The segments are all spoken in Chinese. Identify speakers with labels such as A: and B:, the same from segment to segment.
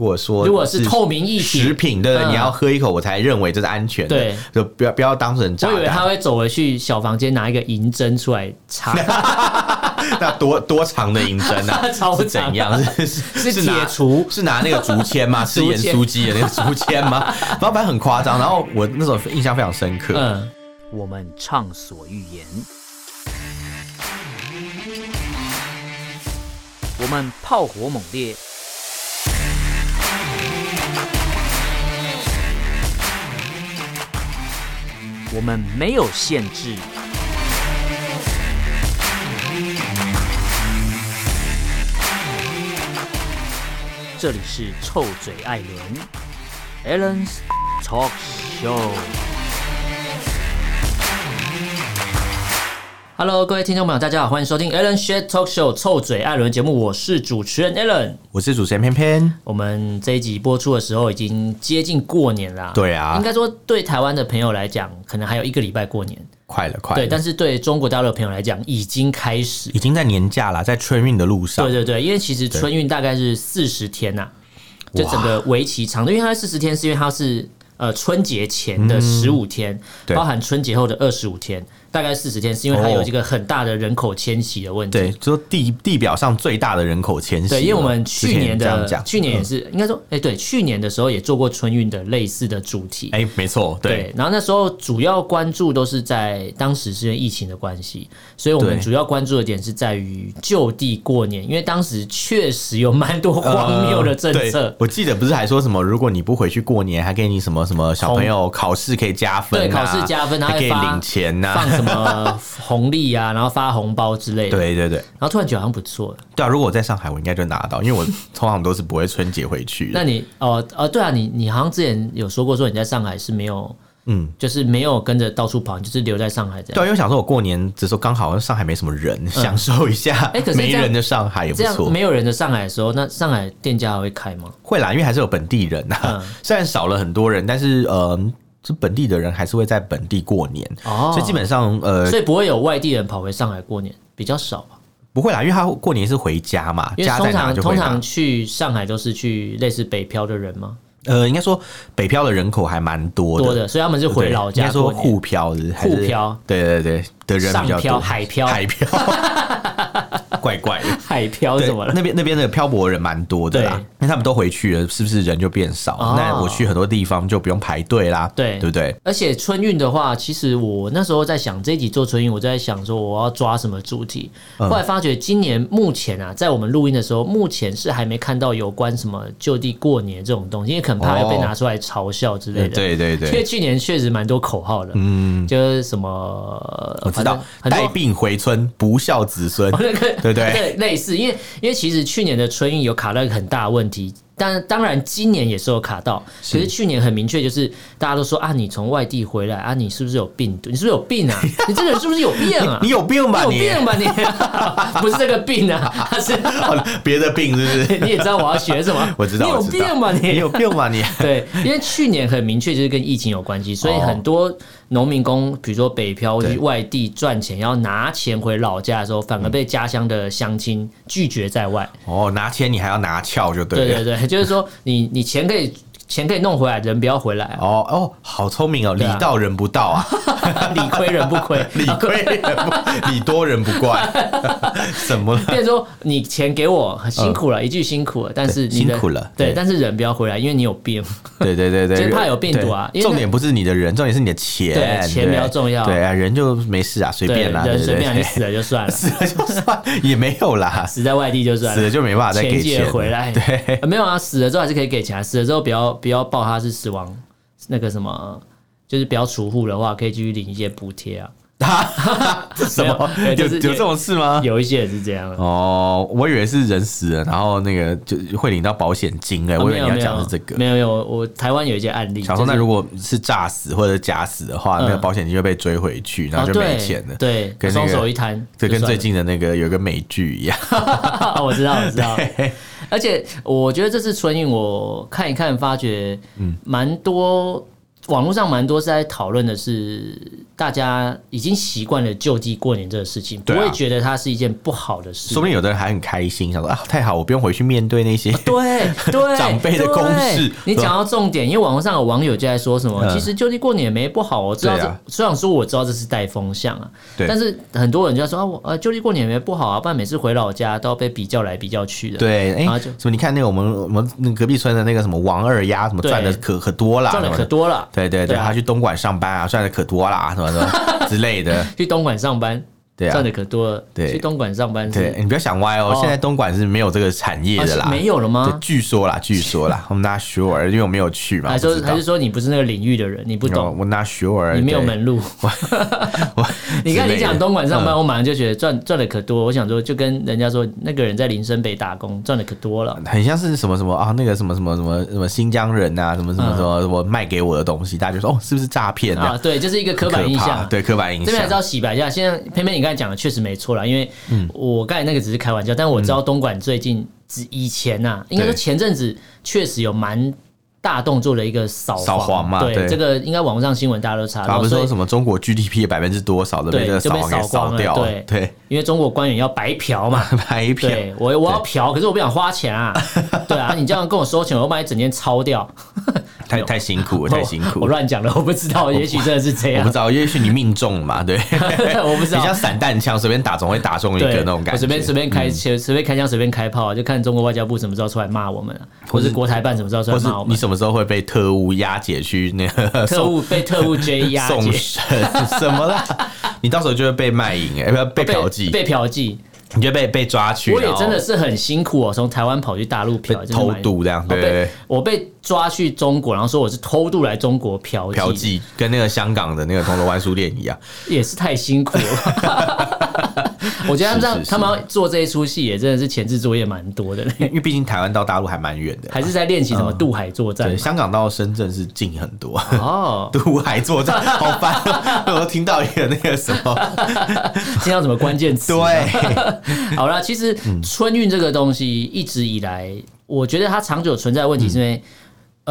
A: 果说
B: 如果是透明液体
A: 食品，对不对？
B: 嗯
A: 你要喝一口，我才认为这是安全的，
B: 对，
A: 就不要不要当成炸
B: 我以为他
A: 弹。
B: 会走回去小房间拿一个银针出来插，？
A: 那多多长的银针啊
B: 超
A: 是
B: 长
A: 怎样？是
B: 是
A: 是
B: 铁
A: 拿
B: 锄
A: 是拿那个竹签 吗？吃盐
B: 签
A: 酥鸡的那个竹签吗？ 然后反正很夸张。然后我那时候印象非常深刻。
B: 嗯，
C: 我们畅所欲言；我们炮火猛烈；我们没有限制。这里是臭嘴艾伦 a l l e n s Talk Show。
B: Hello，各位听众朋友，大家好，欢迎收听 Alan s h a t Talk Show 臭嘴艾伦节目，我是主持人 Alan。
A: 我是主持人偏偏，
B: 我们这一集播出的时候已经接近过年啦，
A: 对啊
B: 应该说对台湾的朋友来讲，可能还有一个礼拜过年，
A: 快了快了，
B: 对，但是对中国大陆的朋友来讲，已经开始
A: 已，经在年假了，在春运的路上
B: 对。对对，因为其实春运大概是四十天呐、啊就整个为期长的，因为它四十天是因为它是呃春节前的十五天、
A: 嗯对
B: 包含春节后的二十五天，大概四十天，是因为它
A: 哦
B: 有这个很大的人口迁徙的问题。
A: 对，就地地表上最大的人口迁徙了。
B: 对，因为我们
A: 之
B: 去
A: 前也
B: 年
A: 这样
B: 的
A: 讲，
B: 去年也
A: 嗯
B: 是、应该说，哎、对，去年的时候也做过春运的类似的主题，
A: 哎、没错，对
B: 对，然后那时候主要关注都是在当时是因为疫情的关系，所以我们
A: 对
B: 主要关注的点是在于就地过年，因为当时确实有蛮多荒谬的政
A: 呃对
B: 策。
A: 我记得不是还说什么，如果你不回去过年，还给你什么什么小朋友考试可以加分、啊，
B: 对考试加分然后
A: 还可以
B: 还发
A: 领钱啊呐、
B: 放什么红利啊，然后发红包之类的，
A: 对对对
B: 然后突然觉得好像不错。
A: 对啊！如果我在上海，我应该就拿到，因为我通常都是不会春节回去
B: 那
A: 的。
B: 你哦呃，对啊，你你好像之前有说过，说你在上海是没有，
A: 嗯，
B: 就是没有跟着到处跑，你就是留在上海这
A: 对啊，因
B: 样。
A: 为我想说，我过年的时候刚好上海没什么人，享受一下
B: 嗯哎可是这
A: 没
B: 样
A: 人的上海也不
B: 这样
A: 错。
B: 没有人的上海的时候，那上海店家还会开吗？
A: 会啦，因为还是有本地人呐、啊
B: 嗯
A: 虽然少了很多人，但是呃，这本地的人还是会在本地过年，
B: 哦
A: 所以基本上呃
B: 所以不会有外地人跑回上海过年，比较少吧。
A: 不会啦，因为他过年是回家嘛，
B: 因为
A: 家
B: 通
A: 在哪
B: 常
A: 就回
B: 通
A: 哪
B: 常。去上海都是去类似北漂的人嘛，
A: 呃，应该说北漂的人口还蛮多的，
B: 多的，所以他们是回
A: 对
B: 老
A: 应
B: 家
A: 该说
B: 过年。
A: 沪漂的，还是
B: 沪漂，
A: 对对对的人比较
B: 上漂
A: 多，
B: 海漂
A: 海 漂，怪怪的。
B: 海漂
A: 对
B: 怎么了？
A: 那边那边的漂泊人蛮多的啦
B: 对，
A: 那他们都回去了，是不是人就变少？
B: 哦
A: 那我去很多地方就不用排队啦，
B: 对
A: 对不对？
B: 而且春运的话，其实我那时候在想这一集做春运，我在想说我要抓什么主题。
A: 嗯
B: 后来发觉今年目前啊，在我们录音的时候，目前是还没看到有关什么就地过年这种东西，因为很怕
A: 哦
B: 要被拿出来嘲笑之类的。
A: 嗯对对
B: 因为
A: 对，
B: 去年确实蛮多口号的，嗯，就是什么
A: 我知道，
B: 反正
A: 带
B: 很多
A: 病回村，不孝子 孙，
B: 那个
A: 对不对？
B: 类似，因为因为其实去年的春运有卡到一个很大的问题，但当然今年也是有卡到，可是去年很明确就是大家都说啊，你从外地回来啊，你是不是有病毒？你是不是有病 啊？你这个人是不是有病啊？
A: 你有病吧
B: 你
A: 你？
B: 有病吧你？不是这个病啊，他是
A: 哦别的病是不是？
B: 你也知道我要学什么？
A: 我知道，
B: 你
A: 我
B: 有
A: 知道
B: 病吧
A: 你
B: 你？
A: 有病吧你？
B: 对，因为去年很明确就是跟疫情有关系，所以
A: 哦
B: 很多农民工，比如说北漂或者
A: 对嗯
B: 去外地赚钱，要拿钱回老家的时候，反而被家乡的乡亲拒绝在外。
A: 哦，拿钱你还要拿翘就对了。
B: 对对对，就是说你你钱可以钱可以弄回来，人不要回来啊，
A: 哦哦，好聪明哦，礼
B: 对啊
A: 到人不到 啊，
B: 理亏人不 亏。啊
A: 礼亏人不 礼多人不怪， 怎么了？
B: 变成说你钱给我辛苦了，一句辛苦了，但是
A: 嗯对
B: 你的
A: 辛苦了
B: 对
A: 对，
B: 但是人不要回来，因为你有病。
A: 对对对对，
B: 就是怕有病毒啊
A: 对
B: 因为那
A: 重点不是你的人，重点是你的钱，
B: 对钱比较重要
A: 对啊，人就没事啊，随
B: 对，
A: 便啦，
B: 人随便啊
A: 对
B: 你死了就算了，
A: 对对 死了就算也没有啦，
B: 死在外地就算
A: 死
B: 了
A: 了。就没办法啊再
B: 前
A: 给
B: 几
A: 钱
B: 也
A: 了
B: 回来，
A: 对，
B: 呃没有啊，死了之后还是可以给钱啊，死了之后不要不要报他是死亡那个什么，就是不要除户的话，可以继续领一些补贴啊。
A: 这什么
B: 没
A: 有
B: 有对就是
A: 有这种事吗？
B: 有一些也是这样啊，
A: 哦，我以为是人死了，然后那个就会领到保险金哎，
B: 啊
A: 我以
B: 没
A: 为
B: 有
A: 你
B: 没
A: 要
B: 有
A: 讲的是这个。
B: 没有没有，我我台湾有一些案例，
A: 想说，
B: 就
A: 那
B: 是
A: 如果是诈死或者假死的话，
B: 嗯
A: 那个保险金会被追回去，然
B: 哦
A: 后就没
B: 对
A: 钱了。
B: 对，
A: 跟那
B: 双
A: 个
B: 手一摊，
A: 这跟
B: 就算
A: 最
B: 了
A: 近的那个有个美剧 一样，
B: 啊，我 知道，我知道。
A: 嗯
B: 而且我觉得这次春运，我看一看，发觉蛮多网络上蛮多是在讨论的是，大家已经习惯了就地过年这个事情，不
A: 对啊
B: 会觉得它是一件不好的事
A: 说。不定有的人还很开心，想说啊，太好，我不用回去面对那些。
B: 啊对对，
A: 长辈的公式
B: 对你讲到重点，因为网络上有网友就在说什么，
A: 嗯
B: 其实就地过年也没不好，我知道
A: 对
B: 这
A: 啊，
B: 虽然说我知道这是带风向啊，
A: 对
B: 但是很多人就在说啊，我呃就地过年也没不好啊，不然每次回老家都要被比较来比较去的，，
A: 对，哎、
B: 然啊后就
A: 什么？你看那个我们我们那个隔壁村的那个什么王二丫，什么
B: 对
A: 赚的可可多啦，
B: 赚的
A: 什么
B: 可多了，
A: 对对对，
B: 对啊
A: 他去东莞上班啊，赚的可多啦，什么什 么之类的。
B: 去东莞上班
A: 对啊
B: 赚的，可多了，
A: 对
B: 去东莞上班是
A: 对你不要想歪哦
B: 哦，
A: 现在东莞是没有这个产业
B: 啊
A: 的
B: 是
A: 啦，
B: 没有了
A: 对
B: 吗？
A: 据说啦，据说 啦，I'm not sure，因为我没有去嘛，
B: 还
A: 我
B: 说
A: 不知
B: 还
A: 道
B: 是。说你不是那个领域的人，你不懂，
A: 哦我 not sure，
B: 你没有
A: 对，
B: 门路。
A: 我
B: 你看
A: 之类
B: 你
A: 的
B: 讲东莞上班，我马上就觉得赚赚的可多。我想说，就跟人家说那个人在林森北打工，赚的可多了。
A: 很像是什么什么啊，那个什么什么什么什么新疆人呐、啊，什么什么什么什么卖给我的东西，大家就说哦，是不是诈骗
B: 嗯啊，
A: 啊？
B: 对，就是一个刻板印
A: 可怕
B: 象。
A: 对刻板印
B: 这边还是
A: 象。
B: 要洗白一下。现在偏偏你刚才讲的确实没错啦，因为
A: 嗯
B: 我刚才那个只是开玩笑，但我知道东莞最近只以前呐、应该说
A: 对
B: 前阵子确实有蛮大动作的一个扫
A: 扫黄嘛
B: 对，
A: 对
B: 这个应该网络上新闻大家都查
A: 他
B: 到，
A: 啊不是
B: 哦所以
A: 说什么中国 GDP 的百分之多少的
B: 对
A: 被这个
B: 就被
A: 扫黄给
B: 扫光
A: 扫
B: 了
A: 掉
B: 对
A: 对，
B: 因为中国官员要白 嫖嘛，
A: 拍一片。
B: 对我我要嫖，可是我不想花 钱啊，对啊，你这样跟我收钱，我把你整天抄掉，
A: 太太辛苦了，太辛
B: 我
A: 苦
B: 哦我
A: 了。
B: 乱讲了，我不知道，也许真的是这
A: 我
B: 样
A: 不知，道，也许你命中了嘛，对，
B: 我不知
A: 你像
B: 道。
A: 散弹枪，随便打总会打中一个
B: 对，
A: 那种感觉。嗯
B: 我随便随便开随随便开枪随便开炮啊，就看中国外交部什么时候出来骂我们啊，或是国台办什么时候出
A: 或
B: 来
A: 是
B: 骂我
A: 你
B: 们。啊
A: 什么时候会被特务押解去那个
B: 特务被特 务 E 追押
A: 送
B: 解
A: 审什么啦？你到时候就会被卖淫，哎，不被
B: 哦被
A: 嫖妓，
B: 被嫖妓，
A: 你就被被抓去，
B: 我也
A: 然后
B: 真的是很辛苦哦，从台湾跑去大陆
A: 被
B: 嫖，真的
A: 偷
B: 蛮
A: 渡这样，
B: 我
A: 对对
B: 哦被
A: 对，
B: 我被抓去中国，然后说我是偷渡来中国嫖
A: 嫖
B: 妓，
A: 妓跟那个香港的那个铜锣湾书店一样，
B: 也是太辛苦了。 我觉得他们这样，
A: 是是是
B: 他们要做这一出戏，也真的是前置作业蛮多的嘞，
A: 因为毕竟台湾到大陆还蛮远的，
B: 还是在练习什么渡海作战
A: 嗯对，
B: 嘛。
A: 香港到深圳是近很多。
B: 哦，
A: 渡海作战，好烦哦！我都听到一个那个什
B: 啊
A: 么，
B: 听到什么关键词？啊
A: 对，
B: 好啦，其实
A: 嗯
B: 春运这个东西一直以来，我觉得它长久存在的问题，是
A: 嗯
B: 因为、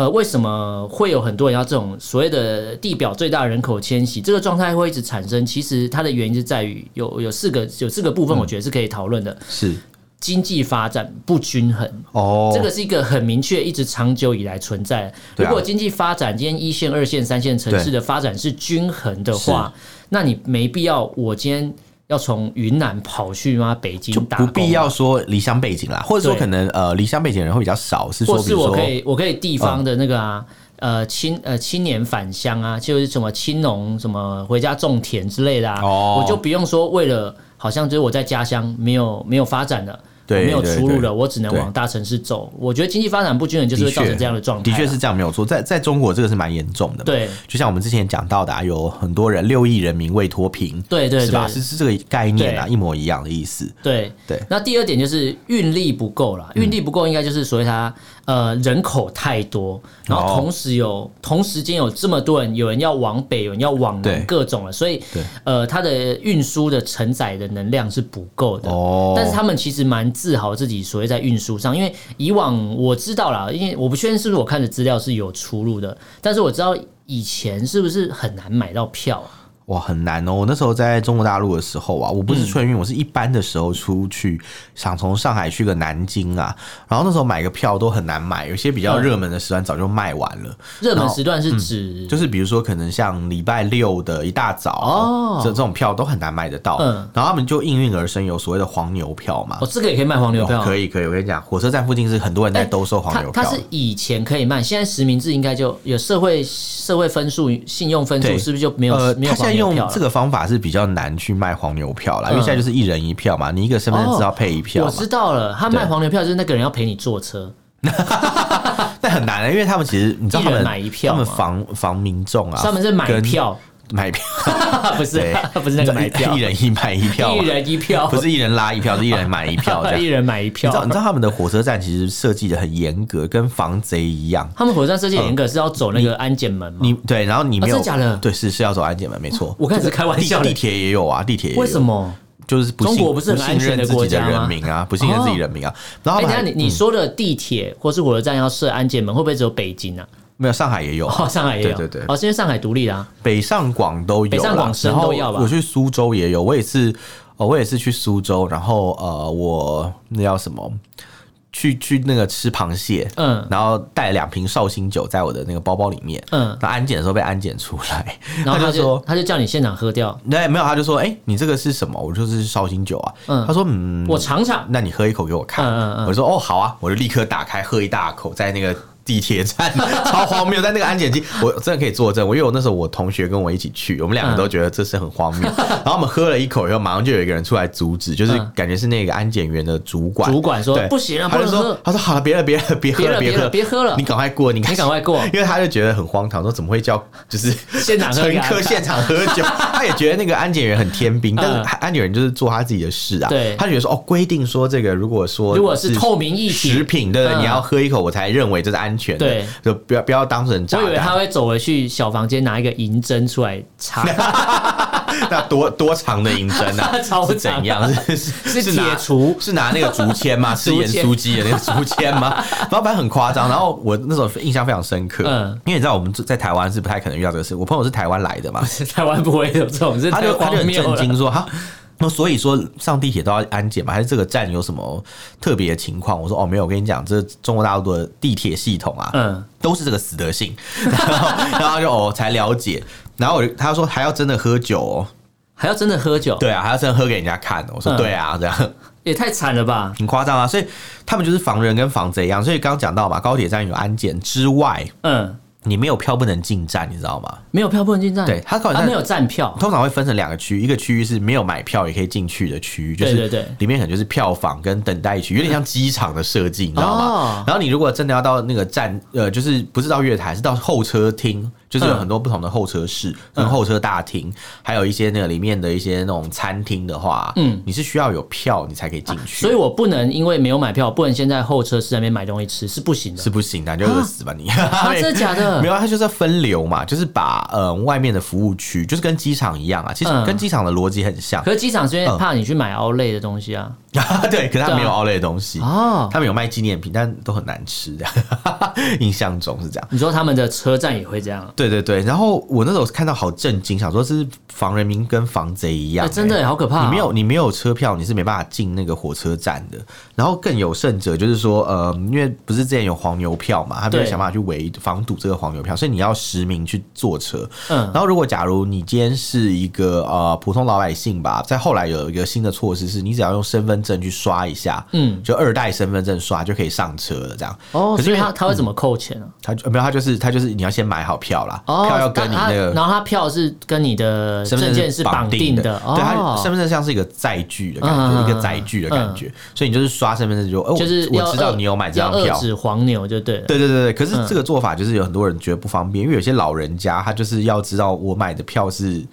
B: 呃，为什么会有很多人要这种所谓的地表最大人口迁徙这个状态会一直产生？其实它的原因是在于有有四个有四个
A: 嗯
B: 部分，我觉得是可以讨论的。
A: 是
B: 经济发展不均衡，
A: 哦，
B: 这个是一个很明确、一直长久以来存在的。
A: 对
B: 如
A: 啊
B: 果经济发展，今天一线、二线、三线城市的发展是均衡的话，那你没必要我今天要从云南跑去吗？北京
A: 就
B: 打工啊
A: 不必要说离乡背景啦，或者说
B: 对
A: 可能呃离乡背景的人会比较少，是说
B: 或
A: 比嗯
B: 是
A: 如
B: 我
A: 说
B: 可以我可以地方的那个啊。呃，青呃青年返乡啊，就是什么青农什么回家种田之类的啊，
A: 哦
B: 我就不用说为了好像就是我在家乡没有没有发展了，
A: 对
B: 我没有出
A: 对
B: 路
A: 对
B: 了，我只能
A: 对
B: 往大城市走。我觉得经济发展不均衡就是会造成这样的状态
A: 的
B: 啊，
A: 确是这样，没有错。在在中国，这个是蛮严重的嘛。
B: 对
A: 就像我们之前讲到的、啊，有很多人六亿人民未脱贫，
B: 对对
A: 是吧？
B: 对
A: 是是这个概念啊，
B: 对
A: 一模一样的意思。
B: 对
A: 对嗯
B: 那第二点就是运力不够啦，运力不够应该就是所谓它呃人口太多，然后
A: 哦
B: 同时有同时间有这么多人，有人要往北，有人要往
A: 对
B: 南，各种了，所以
A: 对
B: 呃它的运输的承载的能量是不够的。
A: 哦
B: 但是他们其实蛮自豪自己所谓在运输上，因为以往我知道啦，因为我不确定是不是我看的资料是有出入的，但是我知道以前是不是很难买到票啊、
A: 哇，很难哦！我那时候在中国大陆的时候啊，我
B: 嗯
A: 不是春运，我是一般的时候出去，想从上海去个南京啊，然后那时候买个票都很难买，有些比较
B: 嗯
A: 热门的时段早就卖完了。
B: 热门
A: 然后
B: 时段是指、
A: 哦就是比如说，可能像礼拜六的一大早，啊
B: 哦
A: 这这种票都很难买得到。
B: 嗯
A: 然后他们就应运而生，有所谓的黄牛票嘛
B: 哦，。这个也可以卖黄牛票、
A: 哦可以可以，我跟你讲，火车站附近是很多人在兜售黄
B: 哎它
A: 牛票
B: 它
A: 的。
B: 是以前可以卖，现在实名制应该就有社会社会分数、信用分数，
A: 对
B: 是不是就没有、
A: 呃，
B: 没有
A: 他现
B: 黄
A: 在
B: 牛
A: 用
B: 票了
A: 这？个方法是比较难去卖黄牛票啦，因
B: 嗯
A: 为现在就是一人一票嘛，你一个身份证
B: 哦
A: 只要配一票
B: 我
A: 嘛，
B: 知道了，他卖
A: 对
B: 黄牛票就是那个人要陪你坐车，
A: 但很难的，啊因为他们其实你知道他
B: 一
A: 们
B: 人买一票
A: 他
B: 嘛
A: 们防防民众啊，
B: 他们是买
A: 跟
B: 票，
A: 买票，
B: 不是啊
A: 对
B: 不是那个买票
A: 一，人一买一票嘛，
B: 一人一票，
A: 不是一人拉一票，是一人买一票这样
B: 一。人买一
A: 你知道，
B: 票
A: 你。知道他们的火车站其实设计的很严格，跟防贼一样。
B: 他们火车站设计很严格是要走那个安检门嘛？
A: 你对，然后你没有、
B: 啊真的假的
A: 对，是是要走安检门，没错。
B: 我刚才是开玩笑的
A: 地地铁也有啊，地铁也有
B: 为什？么？
A: 就是不信
B: 中国不是很安全的国家
A: 不
B: 吗
A: 信任自己的人民啊，不信任自己人民啊。然后
B: 哎，
A: 他
B: 等
A: 们
B: 一下
A: 还
B: 你你说的地铁或是火车站要设安检门，会不会只有北京啊？
A: 没有上海也有啊、
B: 哦，上海也有，
A: 对对对
B: 哦，是因为上海独立啦、
A: 北上广都有啦，
B: 北上广深
A: 然后
B: 都要吧
A: 我去苏州也有，我也是，呃，我也是去苏州，然后呃，我那叫什么？去去那个吃螃蟹，
B: 嗯
A: 然后带两瓶绍兴酒在我的那个包包里面，
B: 嗯
A: 那安检的时候被安检出来，
B: 然后
A: 他就
B: 他就
A: 说，
B: 他就叫你现场喝掉，
A: 对，没有，他就说，哎、你这个是什么？我就是绍兴酒啊，
B: 嗯
A: 他说，嗯，
B: 我尝尝，
A: 那你喝一口给我看。
B: 嗯嗯嗯
A: 我就说哦，好啊，我就立刻打开喝一大口，在那个地铁站超荒谬，在那个安检机， 我真的可以作证，我因为我那时候我同学跟我一起去，我们两个都觉得这是很荒 谬，然后我们喝了一口以后，马上就有一个人出来阻止，就是
B: 嗯
A: 感觉是那个安检员的主管，
B: 主管说
A: 对
B: 不行了，啊
A: 他
B: 不
A: 就
B: 能
A: 说
B: 喝，
A: 他说好了，别了，别了，别喝
B: 别了
A: 别
B: 别
A: 喝，
B: 了别喝了
A: 你赶快过，你
B: 你赶快过，
A: 因为他就觉得很荒唐，说怎么会叫就是
B: 哦 现场喝
A: 乘
B: 给他
A: 客
B: 看
A: 现场喝 酒？他也觉得那个安检员很天兵，但是
B: 嗯
A: 安检员就是做他自己的事啊。
B: 对
A: 他觉得说哦，规定说这个如果说
B: 如果是透明液体
A: 食品，对对，
B: 嗯
A: 你要喝一口我才认为这是安全的，
B: 对，
A: 就不要不要当成炸
B: 我以为他
A: 弹。
B: 会走回去小房间拿一个银针出来 插，？
A: 那多多长的银针啊
B: 超
A: 是
B: 长
A: 怎样？是是
B: 是
A: 是
B: 铁
A: 拿
B: 锄
A: 是拿那个竹签吗？吃
B: 竹
A: 盐
B: 签
A: 酥鸡的那个竹签 吗？然后反正很夸张。然后我那时候印象非常深刻，
B: 嗯
A: 因为你知道我们在台湾是不太可能遇到这个事。我朋友是台湾来的嘛，
B: 台湾不会有这种，是
A: 他
B: 太
A: 就他就
B: 荒
A: 很
B: 谬
A: 震
B: 了。
A: 惊说啊哈。那所以说上地铁都要安检嘛？还是这个站有什么特别的情况？我说哦没有，我跟你讲，这中国大陆的地铁系统啊，
B: 嗯，
A: 都是这个死德性。 然后然后他就哦才了解，然后我就他说还要真的喝酒哦，
B: 还要真的喝酒，
A: 对啊，还要真的喝给人家看哦。我说
B: 嗯
A: 对啊，这样
B: 也太惨了吧？
A: 很夸张啊。所以他们就是防人跟防贼一样。所以刚刚讲到嘛，高铁站有安检之外，
B: 嗯，
A: 你没有票不能进站，你知道吗？
B: 没有票不能进站，
A: 对他搞得
B: 他
A: 像
B: 没有站票，
A: 通常会分成两个区，一个区域是没有买票也可以进去的区域，就是
B: 对对对
A: 里面可能就是票房跟等待区，有点像机场的设计，你知道吗
B: 哦？
A: 然后你如果真的要到那个站，呃，就是不是到月台，是到候车厅，就是
B: 嗯
A: 有很多不同的候车室跟候车大厅，还有一些那个里面的一些那种餐厅的话，嗯，你是需要有票你才可以进去，
B: 啊所以我不能因为没有买票，不能先在候车室那边买东西吃，是不行的
A: 是。不行的，你就饿死吧你。
B: 啊，真的假
A: 没
B: 的？
A: 有，它就是要分流嘛，就是把呃外面的服务区，就是跟机场一样啊，其实
B: 嗯
A: 跟机场的逻辑很像。
B: 可是机场是因
A: 嗯
B: 为怕你去买 o 类的东西啊。
A: 对，可是它
B: 对啊
A: 没有 o u l 的东西
B: 哦
A: 他们有卖纪念品，但都很难吃，这样 印象中是这样。
B: 你说他们的车站也会这样啊？
A: 对对对，然后我那时候看到好震惊，想说是防人民跟防贼一样、
B: 哎真的
A: 欸
B: 耶好可怕啊
A: 你没有你没有车票，你是没办法进那个火车站的。然后更有甚者，就是说，呃，因为不是之前有黄牛票嘛，他们
B: 对
A: 就想办法去围防堵这个黄牛票，所以你要实名去坐车。
B: 嗯
A: 然后如果假如你今天是一个呃普通老百姓吧，在后来有一个新的措施是，你只要用身份证去刷一下，
B: 嗯
A: 就二代身份证刷就可以上车了，这样。
B: 哦，
A: 可是
B: 所
A: 因为
B: 以他他会怎么扣钱啊？
A: 他就没有，他就是他就是你要先买好票啦，
B: 哦，
A: 票要跟你
B: 他
A: 那个
B: 然后他票是跟你的
A: 身
B: 证
A: 份
B: 件
A: 证
B: 是
A: 绑
B: 定
A: 的，
B: 哦，
A: 对，它身份证像是一个载具的感觉，
B: 嗯嗯嗯
A: 一个载具的感觉，所以你就是刷身份证就，哎、我
B: 就是
A: 我
B: 要
A: 知道
B: 遏
A: 你有买这张
B: 要
A: 票
B: 遏。制黄牛就对了。
A: 对对对对，可
B: 嗯
A: 是这个做法就是有很多人觉得不方便，因为有些老人家他就是要知道我买的票是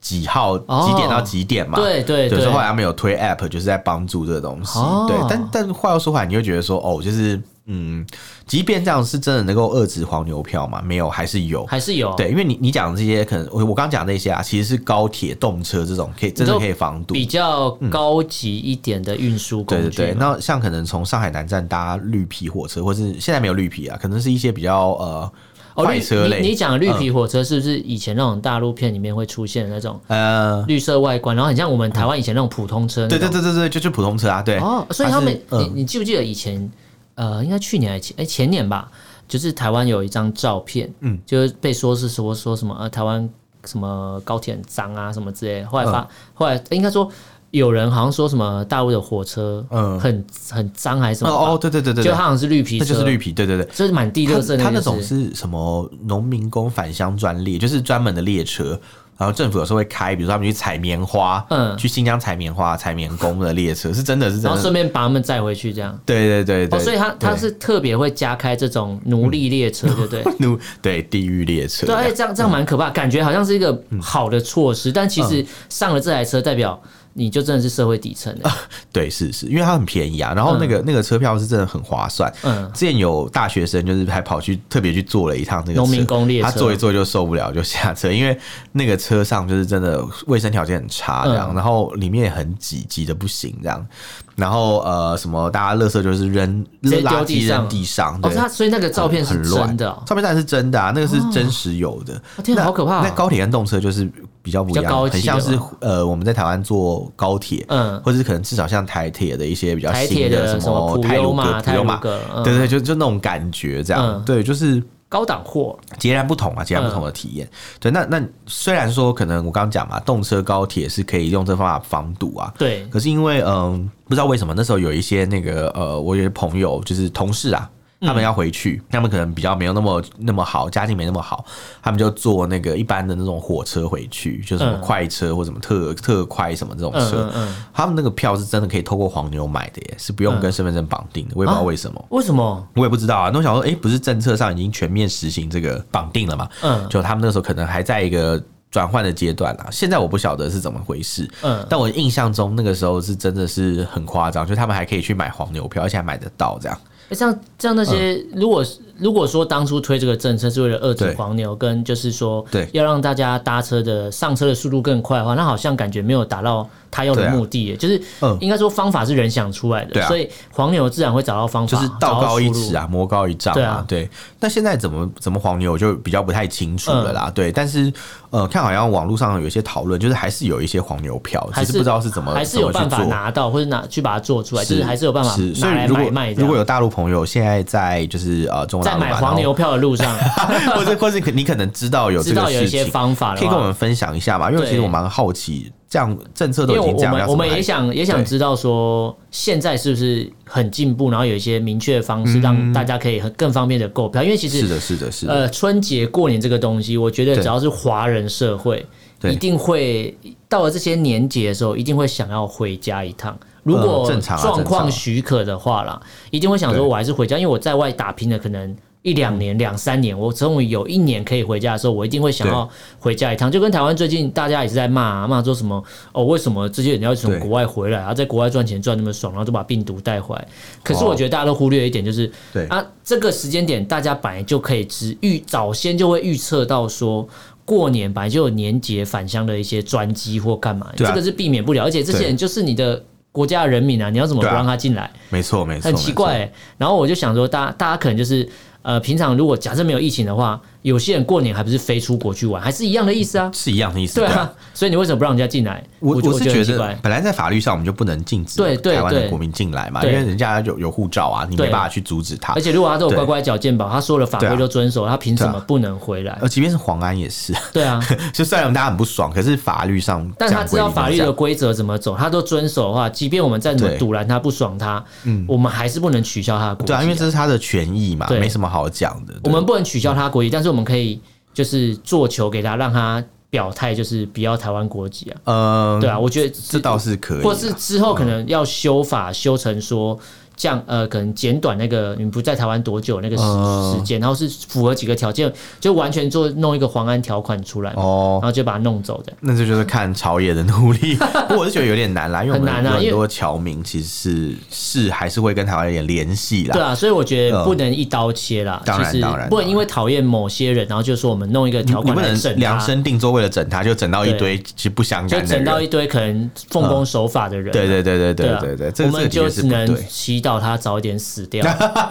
A: 几号、
B: 哦
A: 几点到几点嘛。
B: 对
A: 对，
B: 对对
A: 所以后来他们有推 app，就是在帮助这个东西。
B: 哦
A: 对，但但话又说回来，你会觉得说，哦，就是嗯，即便这样是真的能够遏制黄牛票嘛？没有，还是有。
B: 还是有
A: 对，因为你你讲的这些，可能我我刚讲的那些啊，其实是高铁、动车这种可以真的可以防堵。
B: 比较高级一点的运输工
A: 嗯对
B: 具
A: 对
B: 嘛。
A: 对，那像可能从上海南站搭绿皮火车，或是现在没有绿皮啊，可能是一些比较呃
B: 哦，
A: 快
B: 绿
A: 车类。嗯
B: 你你讲的绿皮火车是不是以前那种大陆片里面会出现的那种
A: 呃，
B: 绿色外观，然后很像我们台湾以前那种普通车？
A: 对对。对对对，就是普通车啊，对。
B: 哦，所以他们，
A: 它是嗯
B: 你你记不记得以前，呃，应该去年还前哎前年吧，就是台湾有一张照片，嗯，就是被说是说说什么呃台湾什么高铁很脏啊什么之类的，后来
A: 嗯
B: 发、后来应该说有人好像说什么大陆的火车
A: 嗯
B: 很很脏还是什
A: 呃
B: 么吧，
A: 哦，对对对对
B: 就
A: 对
B: 它，好像是绿皮
A: 那
B: 车，
A: 就是绿，皮，对对对。
B: 就是满地
A: 它
B: 垃圾
A: 它
B: 个
A: 那种
B: 是
A: 是什么农民工返乡专列，就是专门的列车。然后政府有时候会开，比如说他们去采棉花，
B: 嗯
A: 去新疆采棉花、采棉工的列车，是真的是真
B: 然后
A: 的
B: 顺。便把他们载回去这样。
A: 对对对对。
B: 哦，所以他他
A: 对
B: 是特别会加开这种奴隶列 车，对不对？
A: 奴对嗯地狱列车，
B: 对，
A: 嗯
B: 哎而且这样这样蛮可怕，感觉好像是一个好的措施，但其实上了这台车，代表你就真的是社会底层了。
A: 啊对，是是，因为它很便宜啊，然后那个、那个车票是真的很划算。
B: 嗯
A: 之前有大学生就是还跑去特别去坐了一趟那个
B: 农
A: 车
B: 民工列车
A: 他坐一坐就受不了就下车，因为那个车上就是真的卫生条件很差这样，
B: 嗯
A: 然后里面也很挤，挤的不行这样，然后呃什么大家垃圾就是扔
B: 直接丢
A: 垃
B: 地
A: 圾扔
B: 上
A: 地上，
B: 哦，
A: 对。
B: 他所以那个照片是
A: 很乱
B: 真的哦、
A: 照片当然是真的啊，那个是真实有的。
B: 哦天啊
A: 那
B: 好可怕哦
A: 那高铁跟动车就是比较不一
B: 比
A: 样，
B: 较高级
A: 很
B: 的
A: 像是
B: 嘛
A: 呃我们在台湾坐高铁，
B: 嗯
A: 或者是可能至少像台铁的一些比较
B: 台
A: 新
B: 铁的
A: 什
B: 什么
A: 么
B: 普
A: 台
B: 悠
A: 鲁
B: 嘛
A: 阁、普悠
B: 台鲁阁嗯
A: 对对，就就那种感觉这样，
B: 嗯
A: 对，就是。
B: 高档货，
A: 截然不同啊，截然不同的体验。对，那那虽然说可能我刚刚讲嘛，动车高铁是可以用这方法防堵啊，
B: 对，
A: 可是因为嗯，不知道为什么那时候有一些那个呃，我有些朋友就是同事啊，
B: 嗯
A: 他们要回去，他们可能比较没有那么那么好，家境没那么好，他们就坐那个一般的那种火车回去，就是什么
B: 嗯
A: 快车或什么特、特快什么这种
B: 嗯
A: 车，
B: 嗯嗯，
A: 他们那个票是真的可以透过黄牛买的耶，是不用跟身份证绑定的，我
B: 啊
A: 也不知道为什么。
B: 为什么？
A: 我也不知道啊，那我想说，哎、不是政策上已经全面实行这个绑定了嘛？
B: 嗯
A: 就他们那时候可能还在一个转换的阶段啦。现在我不晓得是怎么回事，
B: 嗯
A: 但我印象中那个时候是真的是很夸张，就他们还可以去买黄牛票，而且还买得到这样。
B: 欸像像那些，如果如果说当初推这个政策是为了遏制
A: 嗯对
B: 黄牛，跟就是说
A: 对
B: 要让大家搭车的上车的速度更快的话，那好像感觉没有达到他要
A: 对
B: 的
A: 啊
B: 目的耶，就是
A: 嗯
B: 应该说方法是人想出来的，
A: 对啊
B: 所以黄牛自然会找到方法，
A: 就是道高一
B: 找
A: 尺
B: 到出路。
A: 啊，魔高一丈
B: 对
A: 啊
B: 啊。
A: 对，那现在怎么怎么黄牛，我就比较不太清楚了啦。
B: 嗯
A: 对，但是呃，看好像网络上有一些讨论，就是还是有一些黄牛票，
B: 还
A: 只是不知道是怎么
B: 还是有
A: 怎么
B: 办
A: 去
B: 法
A: 做
B: 拿到，或者拿去把它做出来，就是还是有办法
A: 是，所
B: 拿
A: 以
B: 来
A: 如果
B: 买卖这
A: 如果
B: 样。
A: 有大陆朋友现在在就是呃中国
B: 在
A: 大陆
B: 买
A: 嘛
B: 黄牛，票的路上，
A: 然后或者或者你可能知道 有
B: 知
A: 这
B: 道
A: 个
B: 有一
A: 事
B: 些
A: 情，
B: 方法
A: 可以
B: 的
A: 跟我
B: 话，
A: 们分享一下嘛？因为
B: 对
A: 其实我蛮好奇，这样政策
B: 因
A: 都
B: 为
A: 已
B: 我
A: 经这样了，
B: 们
A: 要
B: 我
A: 啊怎么
B: 们也
A: 还
B: 想也想
A: 对
B: 知道说，现在是不是很进步，然后有一些明确的方式让大家可以很更方便的购票，因为其
A: 嗯是
B: 实
A: 的，是的，是的，
B: 呃春节过年这个东西，我觉得
A: 对
B: 只要是华人社会，
A: 对
B: 一定会到了这些年节的时候，一定会想要回家一趟。如果
A: 嗯正常啊
B: 状
A: 正常
B: 况
A: 啊
B: 许可的话啦，一定会想说，
A: 对
B: 我还是回家，因为我在外打拼了，可能。一两年、两三年，我终于有一年可以回家的时候，我一定会想要回家一趟。就跟台湾最近大家也是在骂、啊、骂说什么哦，为什么这些人要从
A: 对
B: 国外回来啊，在国外赚钱赚那么爽，然后就把病毒带回来？可是
A: 哦
B: 我觉得大家都忽略一点，就是
A: 对
B: 啊，这个时间点大家本来就可以知预早先就会预测到说。过年本来就有年节返乡的一些专机或干嘛，
A: 对啊
B: 这个是避免不了。而且这些
A: 对
B: 人就是你的国家的人民啊，你要怎么不
A: 对啊
B: 让他进来？
A: 没错，没错，
B: 很奇怪、
A: 没错。
B: 欸。然后我就想说，大家大家可能就是呃，平常如果假设没有疫情的话，有些人过年还不是飞出国去玩，还是一样的意思啊。
A: 是一样的意思，
B: 对啊，，所以你为什么不让人家进来？
A: 嗯我
B: 就
A: 我是
B: 觉
A: 觉
B: 很奇
A: 得啊
B: 怪，
A: 本来在法律上我们就不能禁止
B: 对对
A: 台湾的
B: 对
A: 国民进来嘛，因
B: 对
A: 为人家有有护照啊，你没
B: 对
A: 办法去阻止他
B: 而。且如果他都有
A: 对
B: 乖乖缴健保，他所有的法
A: 对
B: 规
A: 啊
B: 都遵守，他凭什
A: 对
B: 么
A: 啊
B: 不能回来？
A: 呃，即便是黄安也是，
B: 对啊，
A: 就虽然大家很不爽，可是法律上
B: 但
A: 这样
B: 他知道
A: 规定
B: 法律
A: 这样
B: 的规则怎么走，他都遵守的话，即便我们再怎么
A: 对嗯
B: 阻拦他、不爽他，我们还是不能取消他的国籍
A: 对
B: 啊、
A: 啊，因为这是他的权益嘛，
B: 对
A: 没什么好讲的。对
B: 我们不能取消他的国籍，但是我们可以就是做球给他，让他表态，就是不要台湾国籍啊。
A: 呃，
B: 对啊，我觉得
A: 这倒是可以啊，
B: 或是之后可能要修法修成说。这样呃，可能减短那个你不在台湾多久那个时、
A: 嗯
B: 时间，然后是符合几个条件，就完全做弄一个黄安条款出来嘛，然
A: 哦。
B: 后就把它弄走的。
A: 那这就是看朝野的努力， 不过我是觉得有点难啦，因为我们
B: 很难啊
A: 有很
B: 因为
A: 多侨民其实是是还是会跟台湾有点联系啦。
B: 对啊，所以我觉得
A: 嗯
B: 不能一刀切啦。
A: 当然
B: 其实
A: 当然
B: 不能因为讨厌某些人，然后就说我们弄一个
A: 你
B: 条
A: 你
B: 款
A: 不
B: 来
A: 能
B: 整
A: 量
B: 他，
A: 身定做，为了整他就整到一
B: 对
A: 堆其实不相
B: 就
A: 干的
B: 整到一
A: 人。
B: 堆可能奉公守法的人啊。
A: 对对对对
B: 对
A: 对
B: 啊
A: 对对，这
B: 我
A: 个这
B: 们
A: 个
B: 就
A: 的确是
B: 只
A: 不
B: 能
A: 对。
B: 祈祷他早点死掉，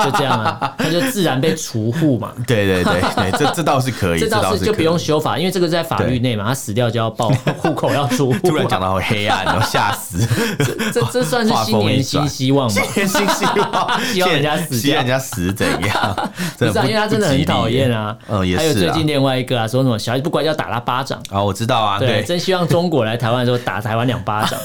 B: 就这样 啊，他就自然被除户嘛。
A: 对对对对，这这倒是可以，
B: 这倒
A: 倒
B: 是就
A: 可
B: 不
A: 以
B: 用。修法，因为这个在法律内嘛，他死掉就 要报户口要除户啊。
A: 突然讲的 好黑暗哦，吓死！
B: 这这算是新年新希望 吧？
A: 天心希望，
B: 希望人家死掉
A: 希望人家死怎样？
B: 不
A: 真
B: 是、啊，因为他真的很讨厌。啊。
A: 不吉利耶嗯，也
B: 还有
A: 是
B: 最
A: 啊
B: 近。另外一个啊，说什么小孩子不乖就要打他巴掌。
A: 啊，我知道啊，
B: 对，
A: 对，
B: 真希望中国来台湾的时候打台湾两 巴掌，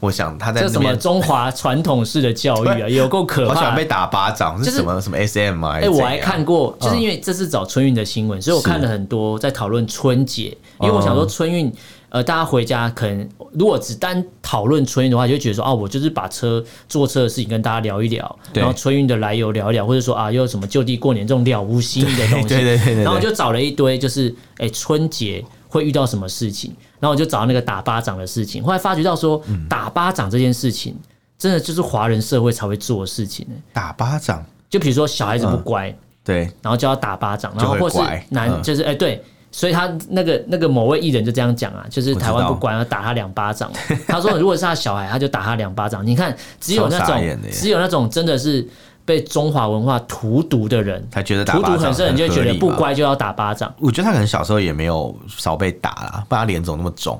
A: 我想他在
B: 这
A: 那
B: 什么
A: 边
B: 中华传统式的教育啊，有够可
A: 好喜
B: 怕
A: 欢被
B: 的。
A: 打巴掌，是
B: 就是
A: 什么什么 SM 啊？
B: 哎、我还
A: 怎样嗯
B: 看过，就是因为这次找春运的新闻，所以我看了很多在讨论春节，因为我
A: 哦
B: 想说春运，呃，大家回家可能如果只单讨论春运的话，就会觉得说，哦，我就是把车坐车的事情跟大家聊一聊，
A: 对
B: 然后春运的来由聊一聊，或者说啊，又有什么就地过年这种了无新意的东 西，
A: 对对对对对
B: 然后我就找了一堆，就是哎、春节会遇到什么事情，然后我就找那个打巴掌的事情，后来发觉到说
A: 嗯
B: 打巴掌这件事情。真的就是华人社会才会做的事情、欸，
A: 打巴掌，
B: 就比如说小孩子不乖，
A: 嗯对，
B: 然后就要打巴掌，然后
A: 就
B: 或
A: 会
B: 是
A: 乖
B: 男
A: 嗯
B: 就是哎、对，所以他那个那个某位艺人就这样讲啊，就是台湾不管要打他两巴 掌，他说如果是他小孩，他就打他两巴掌。你看，只有那
A: 超傻
B: 种
A: 眼的耶
B: 只有那种真的是被中华文化荼毒的人，
A: 他觉得打
B: 荼
A: 巴
B: 毒
A: 掌
B: 很深，人就会觉
A: 合
B: 得
A: 理
B: 不
A: 嘛。
B: 乖就要打巴掌。
A: 我觉得他可能小时候也没有少被打啦，不然他脸肿那么肿。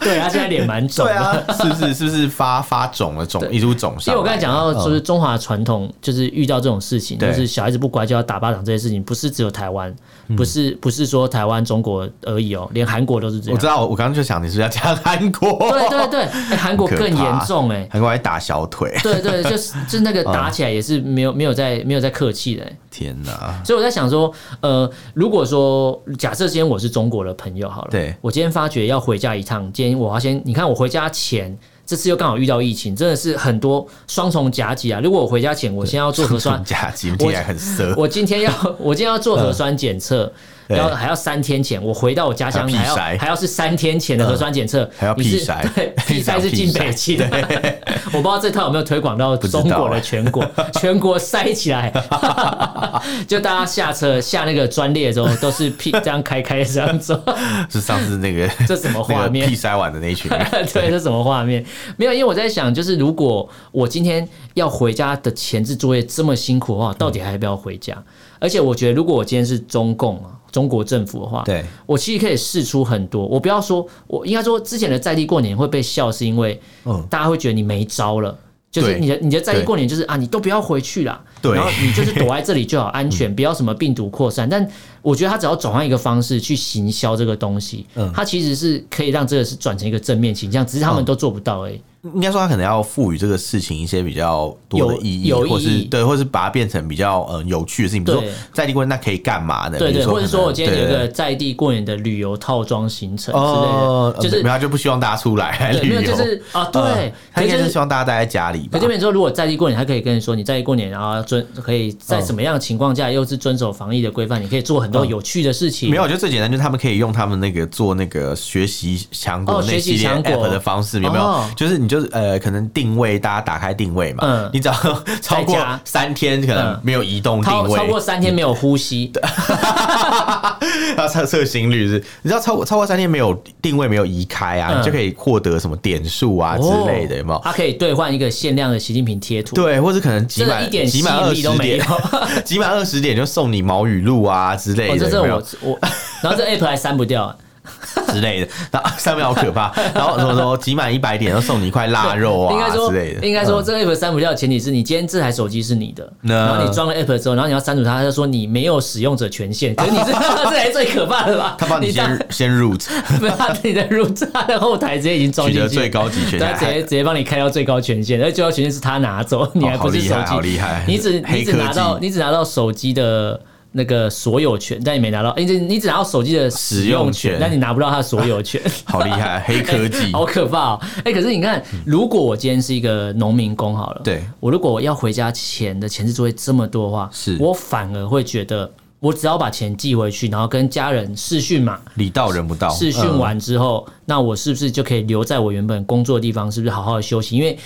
B: 对，他现在脸蛮肿
A: 对
B: 的。
A: 啊，是不是？是不是发发肿了？肿一路肿
B: 因
A: 上来。
B: 为我刚才讲啊到，
A: 嗯
B: 就是中华传统，就是遇到这种事情，
A: 对
B: 就是小孩子不乖就要打巴掌这件事情，不是只有台湾，不是不是说台湾、中国而已哦，连韩国都是这
A: 我
B: 样
A: 知。道，我刚刚就想你是不是要讲韩国，
B: 对对对，哎韩、国更严重哎、
A: 韩国还打小腿，
B: 对对，就是就那个打起来也是没有没有在没有在客气的、欸，
A: 天哪！
B: 所以我在想说，呃，如果说假设今天我是中国的朋友好了，
A: 对
B: 我今天发觉要回家一趟，今天我要先，你看我回家前。这次又刚好遇到疫情，真的是很多双重夹击啊！如果我回家前，我先要做核 酸，
A: 假今天还很色，
B: 啊我 今天要我今天要做核酸检测。
A: 嗯对
B: 要还要三天前，我回到我家乡
A: 还要
B: 还要
A: 屁筛
B: 还要是三天前的核酸检测，
A: 还要
B: 你是
A: 屁筛
B: 对，屁筛是进北京的。 我不知道这套有没有推广到
A: 知道
B: 中国的
A: 欸
B: 全 国，全国筛起来，就大家下车下那个专列的时候都是屁这样开开这样走，
A: 是上次那个
B: 这什么画
A: 那
B: 面
A: 个屁塞碗的那一群人，
B: 对，这什么画面？没有，因为我在想，就是如果我今天要回家的前置作业这么辛苦的话，
A: 嗯
B: 到底还要不要回家？而且我觉得，如果我今天是中共啊，中国政府的话，
A: 对，
B: 我其实可以试出很多。我不要说，我应该说之前的在地过年会被笑，是因为
A: 嗯
B: 大家会觉得你没招了。就是
A: 对
B: 你的你的在地
A: 对
B: 过年就是啊，你都不要回去啦，
A: 对
B: 然后你就是躲在这里 就好安
A: 嗯
B: 全，不要什么病毒扩散。但我觉得他只要转换一个方式去行销这个东西，
A: 嗯
B: 他其实是可以让这个是转成一个正面形象，只是他们
A: 嗯
B: 都做不到而已。
A: 应该说他可能要赋予这个事情一些比较多的
B: 有
A: 意义，
B: 有意义
A: 或是对，或是把它变成比较呃有趣的事情，比如说
B: 对
A: 在地过那可以干嘛呢？
B: 对
A: 比
B: 对，
A: 如
B: 或
A: 可
B: 者
A: 能
B: 说我今天有一
A: 对对
B: 个在地过年的旅游套装行程之类
A: 哦
B: 的，，就是
A: 没有他就不希望大家出来来
B: 对，
A: 旅
B: 没有
A: 游，
B: 就是啊，
A: 嗯
B: 对，
A: 他
B: 可
A: 应
B: 是
A: 该
B: 就是是
A: 希望大家待在家里吧
B: 可。这边说，如果在地过年，他可以跟你说，你在地过年，然后遵可以
A: 嗯
B: 在什么样的情况下，又是遵守防疫的规范，你可以做很多有趣的事情。
A: 没有，我觉得最简单就是他们可以用他们那个做那个学习强国
B: 哦
A: 那
B: 学
A: 系
B: 习
A: 列
B: 强国
A: app 的方式，有没有
B: 哦？
A: 就是你就是呃，可能定位大家打开定位嘛
B: 嗯，
A: 你只要超过
B: 家
A: 三天可能
B: 嗯
A: 没有移动定
B: 超超过
A: 位，
B: 三天没有呼吸，
A: 要测测心率是，你知道超过超过三天没有定位没有移开啊，
B: 嗯哦
A: 你就可以获得什么点数啊 之类的，有没有？
B: 他可以兑换一个限量的习近平贴图。
A: 对，或者可能集
B: 真的
A: 满
B: 一点
A: 集满
B: 吸
A: 二
B: 引力
A: 十
B: 都没
A: 点
B: 有，
A: 集满二十点就送你毛语录啊之类
B: 哦，
A: 的，
B: 这是
A: 有没有
B: 我我，然后这 app 还删不掉，啊
A: 之类的，然后上面好可怕，然后什么什么集满一百点，然后送你一块腊肉
B: 应该
A: 啊
B: 说
A: 之类的，
B: 应该说
A: 嗯
B: 这个 app 删不掉，前提是你今天这台手机是你的，
A: 那
B: 然后你装了 app 之后，然后你要删除它，他就说你没有使用者权限，可是你是这 才是最可怕的吧？
A: 他帮你
B: 当
A: 先先 root
B: 没有，他你的入他的后台直接已经装
A: 取
B: 进
A: 得
B: 去，
A: 最高级权
B: 他直接
A: 限，
B: 直接帮你开到最高权限，而最高权限是他拿走，你还
A: 哦好
B: 不是
A: 厉
B: 手
A: 害，好
B: 机，
A: 厉害，
B: 你只
A: 黑
B: 你只
A: 科
B: 拿到
A: 技。
B: 你只拿到手机的。那个所有权，但你没拿到，你只你只拿到手机的
A: 使
B: 使
A: 用
B: 用
A: 权
B: 权，但你拿不到它的所有权， 哎
A: 好 厉害，黑科技！嗯
B: 好可怕哦！哎、可是你看，如果我今天是一个农民工好了，
A: 对
B: 我如果要回家前的前置作业这么多的话，
A: 是
B: 我反而会觉得，我只要把钱寄回去，然后跟家人视讯嘛，
A: 礼到人不到，
B: 试训
A: 嗯
B: 完之后，那我是不是就可以留在我原本工作的地方？是不是好好的休息？因为，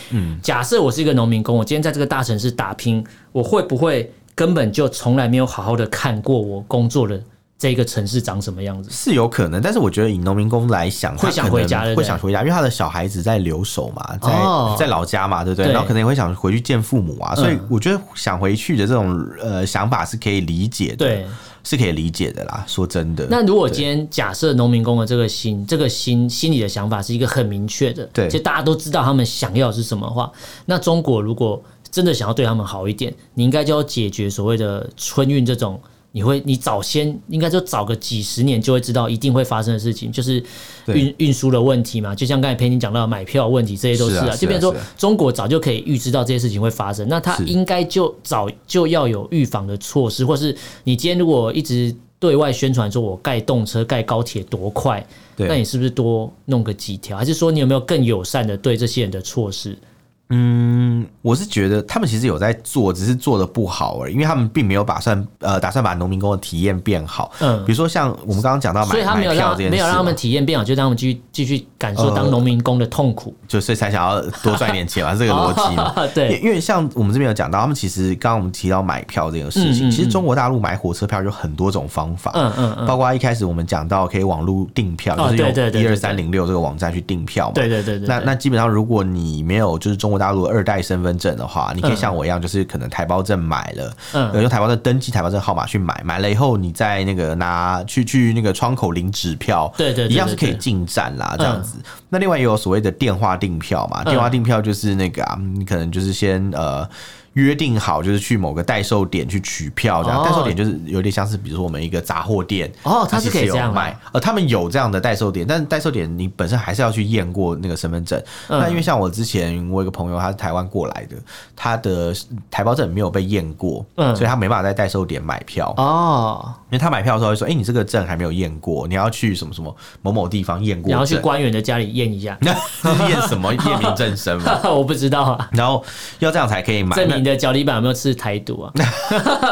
B: 假设我是一个农民工，我今天在这个大城市打拼，我会不会根本就从来没有好好的看过我工作的这个城市长什么样子？
A: 是有可能，但是我觉得以农民工来想，
B: 会
A: 他
B: 想
A: 可能
B: 回家对不
A: 会
B: 对
A: 想回家，因为他的小孩子在留守嘛，在、
B: 哦
A: 在老家嘛，对不对？
B: 对
A: 然后可能也会想回去见父母啊，所以
B: 嗯
A: 我觉得想回去的这种呃想法是可以理解的，
B: 对，
A: 是可以理解的啦。说真的，
B: 那如果
A: 对
B: 今天假设农民工的这个心，这个心心里的想法是一个很明确的，
A: 对
B: 就大家都知道他们想要的是什么的话，那中国如果真的想要对他们好一点，你应该就要解决所谓的春运这种。你会，你早先应该就早个几十年就会知道一定会发生的事情，就是
A: 对
B: 运运输的问题嘛，就像刚才裴宁讲到的买票的问题，这些都
A: 是啊是啊
B: 就变成说
A: 是啊
B: 中国早就可以预知到这些事情会发生，那他
A: 是
B: 应该就早就要有预防的措施，或是你今天如果一直对外宣传说我盖动车、盖高铁多快，
A: 对
B: 那你是不是多弄个几条？还是说你有没有更友善的对这些人的措施？
A: 嗯，我是觉得他们其实有在做，只是做的不好而已，因为他们并没有打算呃打算把农民工的体验变好。
B: 嗯
A: 比如说像我们刚刚讲到买
B: 所以他没有
A: 买票
B: 让
A: 这件事嘛，
B: 没有让他们体验变好，就让他们继续继续感受当农民工的痛苦。
A: 就所以才想要多赚一点 钱嘛，这个逻辑嘛。
B: 哦对
A: 因为因为像我们这边有讲到，他们其实刚刚我们提到买票这个事情，
B: 嗯嗯嗯
A: 其实中国大陆买火车票有很多种方法，
B: 嗯嗯嗯
A: 包括一开始我们讲到可以网络订票，
B: 哦
A: 就是用
B: 对对对
A: 一
B: 对
A: 二三零六这个网站去订票嘛。
B: 对对对对对
A: 那那基本上，如果你没有就是中国大陆的二代身份证的话，你可以
B: 嗯
A: 像我一样，就是可能台胞证买了，
B: 嗯
A: 呃用台胞证登记台胞证号码去买，买了以后你再那个拿去去那个窗口领纸票，
B: 对对对
A: 一样是可以
B: 对对
A: 进站啦，这样子。那另外也有所谓的电话订票嘛，
B: 嗯
A: 电话订票就是那个啊，你可能就是先呃。约定好就是去某个代售点去取票，这样、
B: 哦
A: 代售点就是有点像是，比如说我们一个杂货店
B: 哦它是
A: 其实
B: 可以这样
A: 有
B: 啊
A: 卖，呃，他们有这样的代售点，但是代售点你本身还是要去验过那个身份证。
B: 嗯
A: 那因为像我之前我有一个朋友，他是台湾过来的，他的台胞证没有被验过，
B: 嗯
A: 所以他没办法在代售点买票。
B: 哦，
A: 因为他买票的时候会说：“哎、你这个证还没有验过，你要去什么什么某某地方验过
B: 然后去
A: 证。，
B: 官员的家里验一下
A: 那是验什么？验明正身 嘛。
B: 我不知道啊。
A: 然后要这样才可以买。
B: 证
A: 那
B: 明你的脚底板有没有吃台 独啊？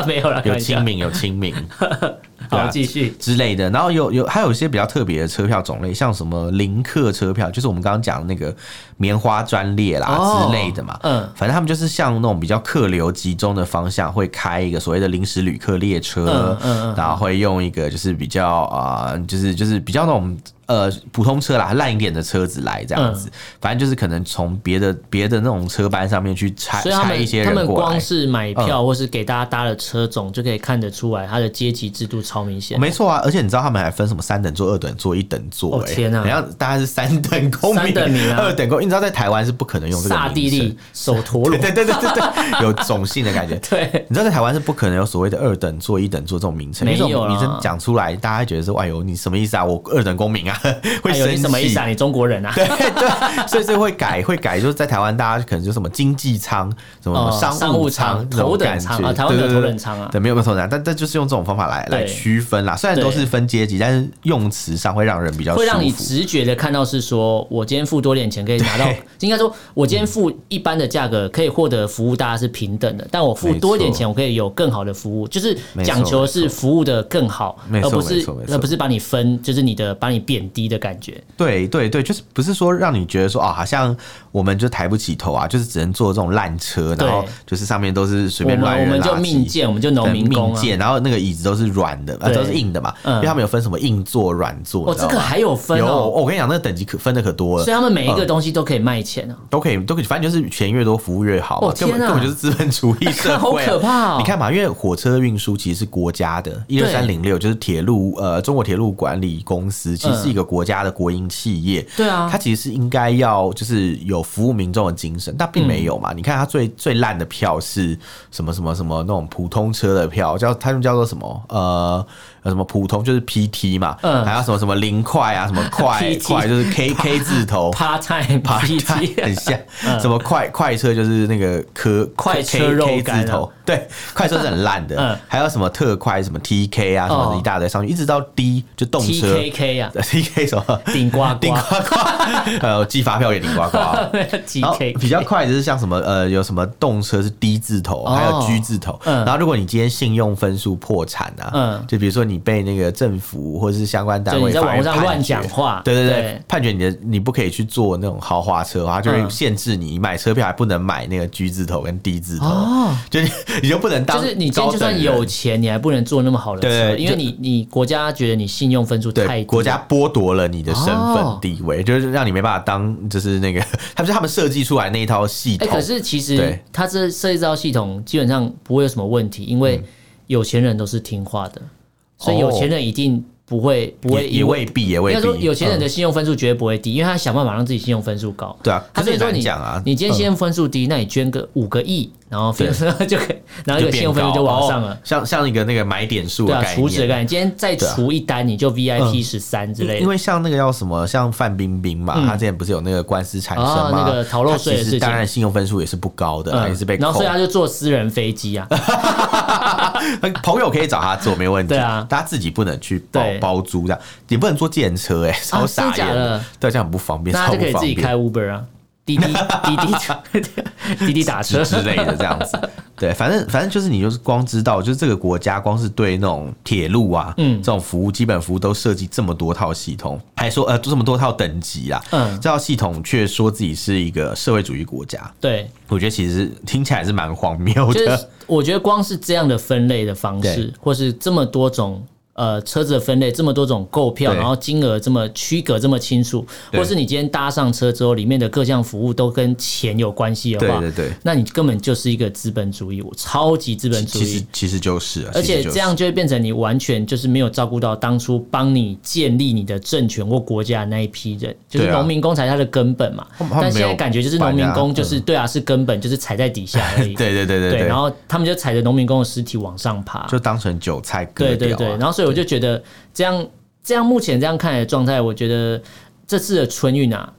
B: 没有了，开
A: 有
B: 玩笑
A: 清。明，有清明。对啊
B: 好，继续。
A: 之类的，然后有有还有一些比较特别的车票种类，像什么零客车票，就是我们刚刚讲的那个棉花专列啦、
B: 哦
A: 之类的嘛。
B: 嗯
A: 反正他们就是像那种比较客流集中的方向，会开一个所谓的临时旅客列车
B: 嗯，嗯嗯
A: 然后会用一个就是比较啊、呃就是就是比较那种。呃，普通车啦，烂一点的车子来这样子，
B: 嗯
A: 反正就是可能从别的别的那种车班上面去拆
B: 所以他
A: 拆一
B: 们
A: 些
B: 他
A: 人
B: 们
A: 过来嗯
B: 光。是买票或是给大家搭的车种，就可以看得出来他的阶级制度超明显。
A: 没错啊，而且你知道他们还分什么三等座、二等座、一等座、
B: 哦
A: 欸
B: 天啊
A: 然后大家是三等公民、
B: 三等民啊
A: 二等公民，你知道在台湾是不可能用这个
B: 萨地
A: 名
B: 利
A: 称，
B: 手陀螺，
A: 对对对对对，有种姓的感觉。
B: 对，
A: 你知道在台湾是不可能有所谓的二等座、一等座这种名称，
B: 没有
A: 因为这种名
B: 啦
A: 称讲出来，大家会觉得说：“哎呦，你什么意思啊？我二等公民啊，会
B: 哎呦，
A: 生
B: 你
A: 气。”
B: 什么意思啊？你中国人啊？
A: 对对，所以所以会改会改，就是在台湾大家可能就什么经济舱、什么
B: 哦商务
A: 务
B: 舱
A: 这种
B: 头等
A: 感
B: 舱
A: 觉
B: 啊台湾没有
A: 对对对
B: 头等舱啊
A: 对，没有没有头等舱，但但就是用这种方法来
B: 对
A: 来区分啦。虽然都是分阶级，但是用词上会让人比较
B: 会让你
A: 舒服。
B: 直觉的看到是说，我今天付多点钱可以拿 到
A: 对，
B: 应该说，我今天付一般的价格可以获得服务，大家是平等的，但我付多一点钱，我可以有更好的服务，就是讲求是服务的更好，
A: 没
B: 而
A: 错
B: 不是
A: 没错没错
B: 而不是把你分，就是你的把你贬低的感觉。
A: 对对对，就是不是说让你觉得说哦，好像我们就抬不起头啊，就是只能坐这种烂车，
B: 对
A: 然后就是上面都是随
B: 我
A: 便
B: 们
A: 乱
B: 我
A: 扔
B: 们就
A: 垃圾
B: 命贱，我们就农
A: 对
B: 民工
A: 命
B: 啊。
A: 贱，然后那个椅子都是软的，呃，
B: 对
A: 都是硬的嘛，
B: 嗯
A: 因为他们有分什么硬座、软座，
B: 哦，
A: 你知
B: 这
A: 道
B: 个
A: 吗
B: 还有分
A: 有，哦
B: 哦，
A: 我跟你讲，那个等级可分的可多了
B: 所以。他们每一个东西都可以卖钱啊。
A: 都可以，都可以，反正就是钱越多，服务越好嘛。
B: 哦
A: 根本
B: 天啊
A: 根本就是资本主义社
B: 好
A: 会啊、
B: 可怕哦
A: 你看嘛，因为火车运输其实是国家的，一二三零六就是铁路，呃，中国铁路管理公司其实是一个国家的国营企业。
B: 嗯对啊
A: 它其实是应该要就是有服务民众的精神，但并没有嘛。
B: 嗯
A: 你看它最最烂的票是什么什么什么那种普通车的票，叫他们叫做什么呃。呃什么普通就是 PT 嘛，
B: 嗯
A: 还有什么什么零块啊，什 么快
B: PT
A: 快就是 KK 字头，
B: Part time PT
A: 很像，什么快快车就是那个科 K-
B: 快车肉
A: K
B: 干啊
A: 字头，对，快车是很烂
B: 嗯
A: 的，还有什么特快什么 TK 啊，什么
B: 哦
A: 一大堆上去，一直到 D 就动车
B: TKK 啊，
A: TK 什么
B: 顶呱
A: 顶呱
B: 呱
A: 呱，呃，我寄发票给顶呱呱哦。然后
B: ，TK
A: 比较快就是像什么呃，有什么动车是 D 字头，还有
B: 哦
A: G 字头。
B: 嗯
A: 然后如果你今天信用分数破产啊，
B: 嗯
A: 就比如说你被那个政府或者是相关单
B: 就
A: 位
B: 你在
A: 法院
B: 网上
A: 判
B: 乱
A: 决
B: 讲话
A: 对对
B: 对
A: 对，判决你的你不可以去坐那种豪华车，它就会
B: 嗯
A: 限制你买车票还不能买那个 G 字头跟 D 字头，
B: 哦
A: 就你 你就不能当
B: 就是你今天就
A: 高等
B: 算
A: 人
B: 有钱，你还不能坐那么好的车，
A: 对
B: 因为你你国家觉得你信用分数太
A: 对，
B: 低，
A: 国家剥夺了你的身
B: 哦
A: 份地位，就是让你没办法当，就是那个， 他们是他们设计出来那一套系
B: 哎、
A: 统。
B: 可是其实
A: 对
B: 它这设计这套系统基本上不会有什么问题，因为
A: 嗯
B: 有钱人都是听话的，所以有钱人一定不会不会
A: 哦也也
B: 因为
A: 未必，也未
B: 应该说
A: 必。
B: 有钱人
A: 嗯
B: 的信用分数绝对不会低，因为他想办法让自己信用分数高。
A: 对啊，
B: 他
A: 可是也
B: 所以说
A: 难
B: 你
A: 讲啊，
B: 你今天信用分数低，那你捐个五个亿，然后 就可以，然后那
A: 就
B: 个
A: 变
B: 信用分数
A: 高
B: 就往上了
A: 哦。像像一个那个买点数
B: 对
A: 的
B: 啊，
A: 概
B: 除值的
A: 念。
B: 概念，今天再
A: 对啊
B: 除一单，你就 VIP 十三之
A: 因
B: 类
A: 因
B: 的。
A: 为像那个叫什么，像范冰冰嘛，她之前不是有那个官司产生
B: 哦
A: 嘛，
B: 那个逃漏税的
A: 她其
B: 事
A: 实
B: 情
A: 当然信用分数也是不高的，她也是被
B: 嗯然后
A: 扣
B: 所以。他就坐私人飞 机啊，
A: 朋友可以找她做没问题，
B: 对啊
A: 但她自己不能去包
B: 对啊
A: 包租这样，也不能坐电车哎，超傻
B: 真的假
A: 眼
B: 的
A: 的，对，这样很不方便，
B: 那
A: 超
B: 他就
A: 不
B: 可以自
A: 方
B: 己
A: 便
B: 开。Uber 啊。滴滴滴滴滴滴打车
A: 之之类的这样子。对，反正反正就是你就是光知道，就是这个国家光是对那种铁路啊，嗯，这种服务基本服务都设计这么多套系统，还说呃这么多套等级啊，
B: 嗯
A: 这套系统却说自己是一个社会主义国家，
B: 对，
A: 我觉得其实听起来是蛮荒谬
B: 就
A: 的。
B: 是我觉得光是这样的分类的方式
A: 对，
B: 或是这么多种呃车子的分类，这么多种购票，
A: 对
B: 然后金额这么区隔这么清楚，
A: 对
B: 或是你今天搭上车之后，里面的各项服务都跟钱有关系的话，
A: 对对对
B: 那你根本就是一个资本主义，我超级资本主
A: 其
B: 义
A: 实。其实就是啊，
B: 而且
A: 其实就是
B: 这样就会变成你完全就是没有照顾到当初帮你建立你的政权或国家的那一批人，就是
A: 对啊
B: 农民工才是它的根本嘛。
A: 们
B: 但现
A: 没
B: 在
A: 有
B: 感觉就是
A: 把
B: 农
A: 人
B: 民
A: 家
B: 工就是对啊是根本就是踩在底下而 已。
A: 对对对对
B: 对，然后他们就踩着农民工的尸体往上爬，
A: 就当成韭菜割
B: 对对
A: 掉啊
B: 对，然后所以我就觉得这样这样目前这样看来的状态，我觉得这次的春运啊。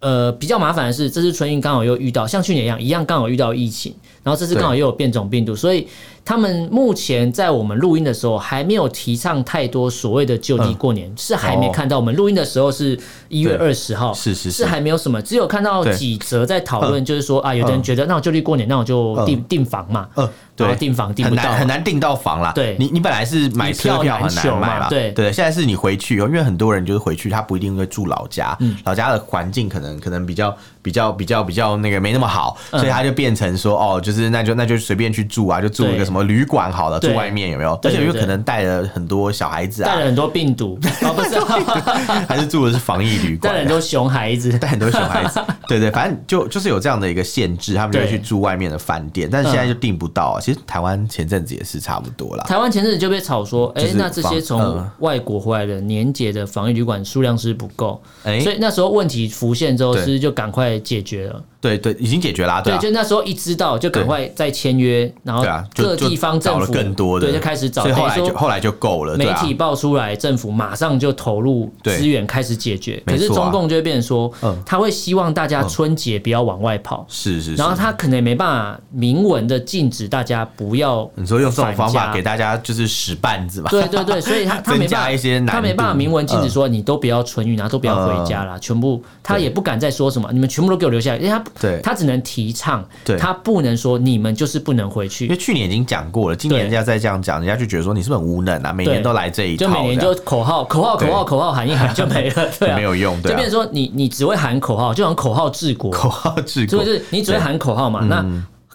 B: 呃，比较麻烦的是，这次春运刚好又遇到像去年一样，一样刚好遇到疫情，然后这次
A: 对
B: 刚好又有变种病毒，所以他们目前在我们录音的时候还没有提倡太多所谓的就地过年，是还没
A: 嗯哦
B: 看到。我们录音的时候是一月二
A: 对
B: 十号，
A: 是是是
B: 是还没有什么，只有看到
A: 对
B: 几则在讨论，就是说啊，有的人觉得那我就地过年，那我就
A: 嗯
B: 订订房嘛，
A: 呃，
B: 然后
A: 对，
B: 订房订
A: 很
B: 不到
A: 难很难订到房啦。
B: 对
A: 你你本来是买车
B: 一票
A: 票
B: 难
A: 很
B: 求
A: 难
B: 嘛
A: 买啦，
B: 对
A: 对。现在是你回去以后，因为很多人就是回去，他不一定会住老家，
B: 嗯
A: 老家的环境可能可能比较比较比较比较那个没那么好，
B: 嗯
A: 所以他就变成说哦，就是那就那就随便去住啊，就住一
B: 对
A: 个什么旅馆好了，
B: 对
A: 住外面有没有？
B: 对
A: 而
B: 对
A: 且有
B: 对
A: 可能带了很多小孩子
B: 带
A: 啊
B: 了，很多病毒，哦不是啊，
A: 还是住的是防疫旅
B: 带了
A: 馆
B: 很。多熊孩子。
A: 但很多小孩 子，对对，反正就就是有这样的一个限制，他们就会
B: 对
A: 去住外面的饭店，但是现在就订不到、啊。其实台湾前阵子也是差不多啦，
B: 台湾前阵子就被炒说，哎、
A: 就是
B: 那这些
A: 防
B: 从
A: 嗯
B: 外国回来的年节的防疫旅馆数量是不是不够，
A: 哎
B: 所以那时候问题浮现之后，是
A: 对
B: 不是就赶快解决了？
A: 对对，已经解决啦、对
B: 对，
A: 啊，
B: 就那时候一知道就赶快再签约，然后
A: 对啊，就
B: 各地方
A: 就找
B: 政
A: 了
B: 府
A: 更多的，
B: 对，就开始找，
A: 所以后来
B: 等于
A: 就
B: 说
A: 后来就够了，对
B: 媒
A: 啊
B: 体爆出来，政府马上就投入
A: 对
B: 资源开始解决。可
A: 没
B: 是
A: 错啊
B: 中共就会变成说，
A: 嗯
B: 他会希望大家春节不要往外跑，
A: 是是是，
B: 然后他可能也没办法明文的禁止大家不要。
A: 你说用这种方法
B: 反家
A: 给大家就是使绊子吧，
B: 对对对，所以 他他没
A: 增
B: 办法，
A: 加一些难度，嗯
B: 他没办法明文禁止说你都不要春运啊，都不要回家啦，全部他也不敢再说什么，你们全部都给我留下来，因为他
A: 对
B: 他只能提倡
A: 对，
B: 他不能说你们就是不能回
A: 因为
B: 去，
A: 去年已经讲过了，今年
B: 对
A: 人家再这样讲，人家就觉得说你是不是很无能啊，每年
B: 对
A: 都来这一套
B: 就
A: 这样，
B: 每年就口号口号
A: 对
B: 口号口号喊一喊就没了， 对啊，
A: 没有用，
B: 就
A: 对、
B: 变
A: 啊
B: 成，说你你只会喊口号，就好像口号治 国，
A: 口号治
B: 所
A: 国
B: 以就是你只会喊口号嘛，那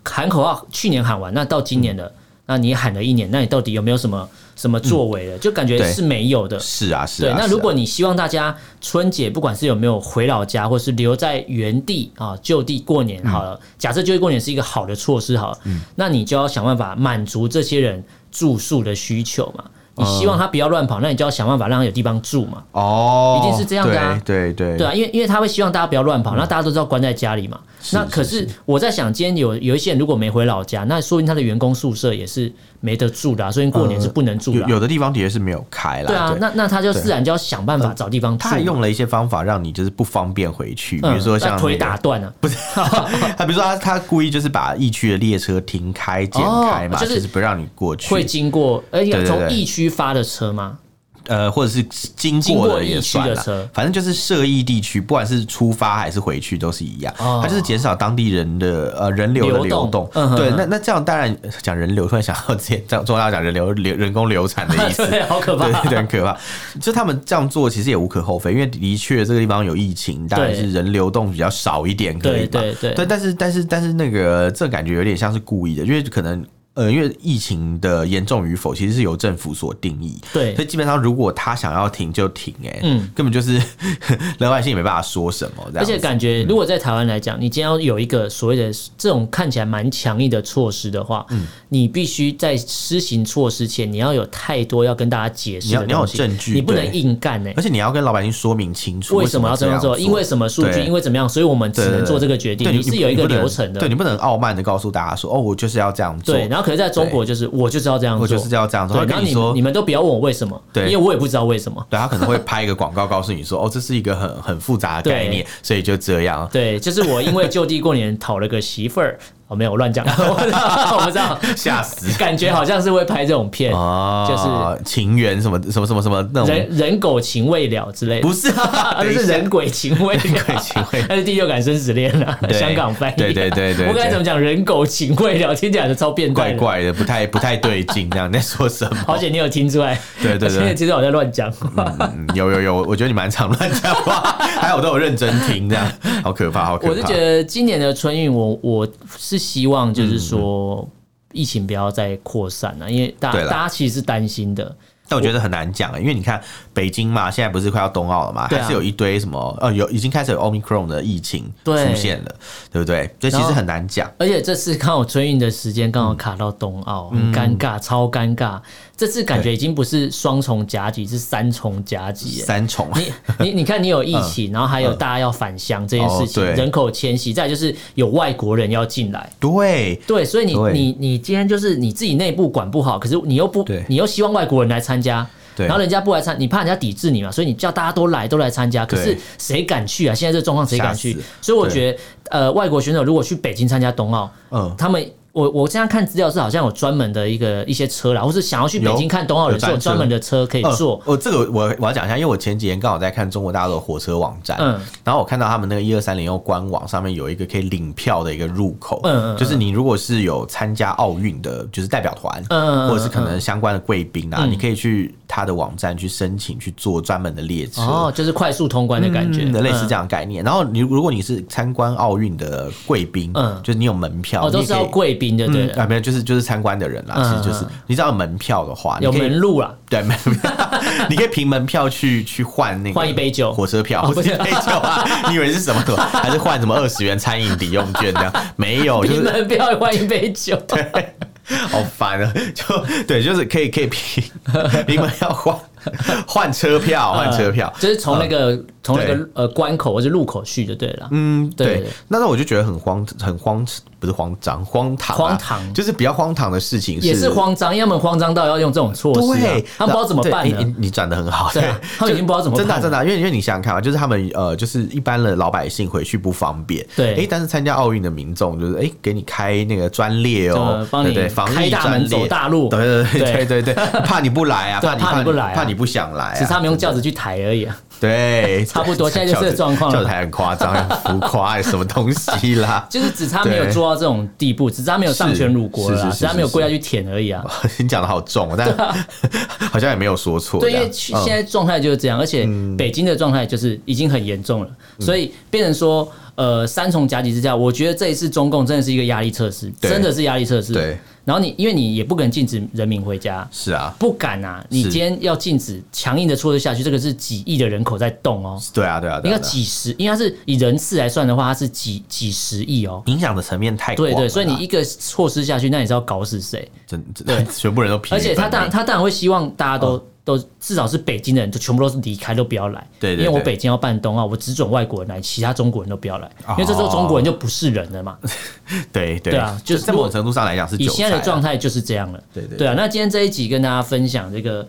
B: 喊口号去年喊完，那到今
A: 嗯
B: 年了。那你喊了一年，那你到底有没有什么什么作为了？就感觉
A: 对
B: 是没有的。
A: 是啊嗯是
B: 对，
A: 啊，
B: 那
A: 是
B: 如
A: 啊
B: 果你希望大家春节不管是有没有回老家，或是留在原地啊就地过年好
A: 嗯
B: 了，假设就地过年是一个好的措施好了，那你就要想办法满足这些人住宿的需求嘛。你希
A: 嗯
B: 望他不要乱跑，那你就要想办法让他有地方住嘛，
A: 哦，
B: 一定是这样的啊
A: 对对嗯
B: 对啊，因为因为他会希望大家不要乱跑，那大家都知道关在家里嘛。那可是我在想，今天有有一些人如果没回老家，那说明他的员工宿舍也是没得住的、啊，所以过年是不能住的
A: 呃有
B: 啊、
A: 有的地方的确是没有开啦，
B: 对啊，那那他就自然就要想办法找地方住
A: 呃他
B: 嘛。
A: 还用了一些方法让你就是不方便回去，比
B: 嗯
A: 如说像
B: 那
A: 那
B: 腿
A: 个
B: 打断啊了、不是
A: 他比如说他他故意就是把疫区的列车停开、剪开嘛，
B: 哦就
A: 就是是不让你过去，
B: 会经过，而
A: 对
B: 且
A: 对
B: 从
A: 对
B: 疫区发的车吗？
A: 呃，或者是经
B: 经过
A: 过的也
B: 疫区
A: 算
B: 的
A: 了
B: 车，
A: 反正就是涉疫地区，不管是出发还是回去都是一样，
B: 哦
A: 它就是减少当地人的呃人流的
B: 流
A: 流
B: 动
A: 动
B: 嗯。哼
A: 对，
B: 哼
A: 那那这样当然讲人流，突然想到之前这样重要讲人流流人工流产的意思，
B: 对，好 可怕
A: 对。对对， 很可怕。就他们这样做其实也无可厚非，因为的确这个地方有疫情，当然
B: 对
A: 是人流动比较少一点，可以
B: 对
A: 嘛
B: 对对
A: 但是但是但是那个这感觉有点像是故意的，因为可能。呃，因为疫情的严重与否其实是由政府所定义，
B: 对
A: 所以基本上如果他想要停就停、哎，
B: 嗯
A: 嗯，根本就是 老百姓也没办法说什么，这
B: 而
A: 样子嗯
B: 且感觉，如果在台湾来讲，你今天要有一个所谓的这种看起来蛮强硬的措施的话，
A: 嗯
B: 你必须在施行措施前，你要有太多要跟大家解释
A: 你要
B: 的
A: 你要有
B: 东西，
A: 证据
B: 你不能
A: 对
B: 硬干呢、
A: 而且你要跟老百姓说明清楚
B: 为什么要这样做？
A: 做，
B: 因为什么数据？
A: 对
B: 因为怎么样？所以我们只
A: 对对
B: 能
A: 对
B: 做这个决定。
A: 对
B: 你是有一个
A: 不能
B: 流程的，
A: 对你不能傲慢的告诉大家说，哦，我就是要这样做，
B: 对，然后可是在中国就是我就是要这样做，
A: 我就是要这样做
B: 对
A: 他跟
B: 然后
A: 你
B: 你
A: 说
B: 你们都不要问我为什么，
A: 对
B: 因为我也不知道为什么。
A: 对他可能会拍一个广告告诉你 说，哦，这是一个很很复杂的概念，所以就这样。
B: 对，就是我因为就地过年讨了个媳妇儿，哦，没有，我乱讲，我不知道，我不知道，
A: 吓死
B: 感觉好像是会拍这种片，
A: 啊！
B: 就是
A: 情缘什么什么什么什么那
B: 人
A: 种，
B: 人狗情未了之类的，
A: 不 是啊，
B: 啊，
A: 等
B: 这
A: 一
B: 是
A: 下
B: 人鬼情未了，
A: 人鬼情未了
B: 那是第六感生死恋啊，
A: 对
B: 香港翻译啊，
A: 对对对对
B: 我刚才
A: 对
B: 怎么讲人狗情未了，听起来就超变
A: 怪
B: 态的。
A: 怪的，不太不太对劲，这样你在说什么？
B: 好险你有听出来，
A: 对 对对
B: 而且其实我在乱 讲话。
A: 嗯，有有有，我我觉得你蛮常乱讲话，还好我都有认真听，这样好可怕，好可怕。
B: 我是觉得今年的春运，我我是希望
A: 嗯
B: 就是说。疫情不要再扩散了、因为大
A: 对啦
B: 大家其实是担心的，
A: 但我觉得很难讲、欸因为你看北京嘛，现在不是快要冬奥了嘛，
B: 对啊
A: 还是有一堆什么呃，有已经开始有 omicron 的疫情
B: 对
A: 出现了，对不对？所以其
B: 然
A: 实
B: 后
A: 很难讲。
B: 而且这次刚好春运的时间刚好卡到冬奥，
A: 嗯
B: 很尴尬，超尴尬。这次感觉已经不是双重夹击，是三重夹击耶。
A: 三重，
B: 你你你看，你有疫情，然后还有大家要返乡这件事情，
A: 哦对
B: 人口迁徙，再来就是有外国人要进来。
A: 对
B: 对，所以你
A: 对
B: 你你今天就是你自己内部管不好，可是你又不
A: 对，
B: 你又希望外国人来参加，
A: 对
B: 然后人家不来参，你怕人家抵制你嘛，所以你叫大家都来都来参加，可
A: 对
B: 是谁敢去啊？现在这状况谁敢去
A: 吓死？
B: 所以我觉得，呃，外国选手如果去北京参加冬奥，
A: 嗯，
B: 他们。我我现在看资料是好像有专门的一个一些车啦，或是想要去北
A: 有
B: 京看冬奥的人
A: 有
B: 是有
A: 专车
B: 专门的车可以坐
A: 哦，，我这个我我要讲一下，因为我前几天刚好在看中国大陆的火车网站，
B: 嗯
A: 然后我看到他们那个一二三零幺官网上面有一个可以领票的一个入口，
B: 嗯嗯嗯
A: 就是你如果是有参加奥运的，就是代表团，
B: 嗯嗯嗯
A: 或者是可能相关的贵宾啊，
B: 嗯
A: 你可以去他的网站去申请去坐专门的列车。
B: 哦，就是快速通关的感觉，
A: 嗯类似
B: 嗯
A: 这样的概念。然后你如果你是参观奥运的贵宾，
B: 嗯
A: 就是你有门票，
B: 哦，都
A: 你也
B: 是
A: 可以
B: 要贵宾的，对
A: 嗯
B: 了，
A: 啊，没有，就是就是参观的人啦，
B: 嗯
A: 其实就是
B: 嗯
A: 你只要有门票的话，
B: 有
A: 你可以
B: 门路啦，
A: 对，没有， 你可以凭门票去去换那个
B: 换一杯酒
A: 火车票，
B: 哦
A: 不是一杯酒 啊？你以为是什么？还是换什么二十元餐饮抵用券 这样？没 有，就
B: 你
A: 是
B: 们不要换一杯酒，
A: 好烦啊！就对，就是可以可以凭凭门票换 换车票，
B: 嗯
A: 换车票。
B: 就是从那个从那个呃关口或者路口去就对了。
A: 嗯，
B: 对
A: 对，那那我就觉得很荒，很荒，不是慌张，荒唐啊，
B: 荒唐
A: 就是比较荒唐的事情，
B: 也是荒张，要么荒张到要用这种措施啊、
A: 对，
B: 他们不知道怎么办
A: 对你
B: 呢。
A: 你你转的很好，
B: 对啊他们已经不知道怎么办
A: 真的啊
B: 了
A: 真的啊，因为因为你想想看啊，就是他们呃，就是一般的老百姓回去不方便，
B: 对
A: 哎，但是参加奥运的民众就是哎，给你开那个专列哦
B: 呃，帮你
A: 对对，防
B: 开
A: 疫
B: 大门
A: 专列
B: 走大路
A: 对对
B: 对
A: 对对对对，怕你不来啊，
B: 对啊
A: 怕你
B: 怕你不来啊
A: 怕你不想来啊，
B: 只是他们用轿子去抬而 已、啊，
A: 对，
B: 差不多现在就是这个状况了？
A: 教材很夸张，很浮夸，什么东西啦
B: 就是只差没有做到这种地步，只差没有上权辱国了
A: 是
B: 啦，
A: 是是
B: 只差没有
A: 是
B: 跪下去舔而已啊。
A: 你讲的好重哦，但好像也没有说错这
B: 对，因
A: 样。
B: 为去现在
A: 嗯
B: 状态就是这样，而且北京的状态就是已经很严重了，
A: 嗯
B: 所以变成说，呃，三重夹击之下，我觉得这一次中共真的是一个压力测试，
A: 对
B: 真的是压力测试。
A: 对，
B: 然后你因为你也不可能禁止人民回家，
A: 是啊，
B: 不敢啊！你
A: 是
B: 今天要禁止强硬的措施下去，这个是几亿的人口在动哦，
A: 对啊，对啊，对
B: 应
A: 啊对
B: 该
A: 啊
B: 几十，应该是以人次来算的话，它是几几十亿哦。
A: 影响的层面太广
B: 对
A: 了啦，
B: 对，所以你一个措施下去，那你是要搞死谁？
A: 真真全部人都疲于
B: 而且他
A: 奔
B: 当然，
A: 命
B: 他当然会希望大家
A: 嗯
B: 都、都至少是北京的人，就全部都是离开，都不要来。
A: 对对
B: 因为我
A: 对
B: 北京要办冬奥，我只准外国人来，其他中国人都不要来，
A: 哦
B: 因为这时候中国人就不是人了嘛。
A: 对对
B: 对啊就是
A: 在
B: 如果
A: 某程度上来讲是
B: 以
A: 韭菜
B: 现在
A: 啊
B: 的状态就是这样了。
A: 对对对
B: 啊，那今天这一集跟大家分享这个。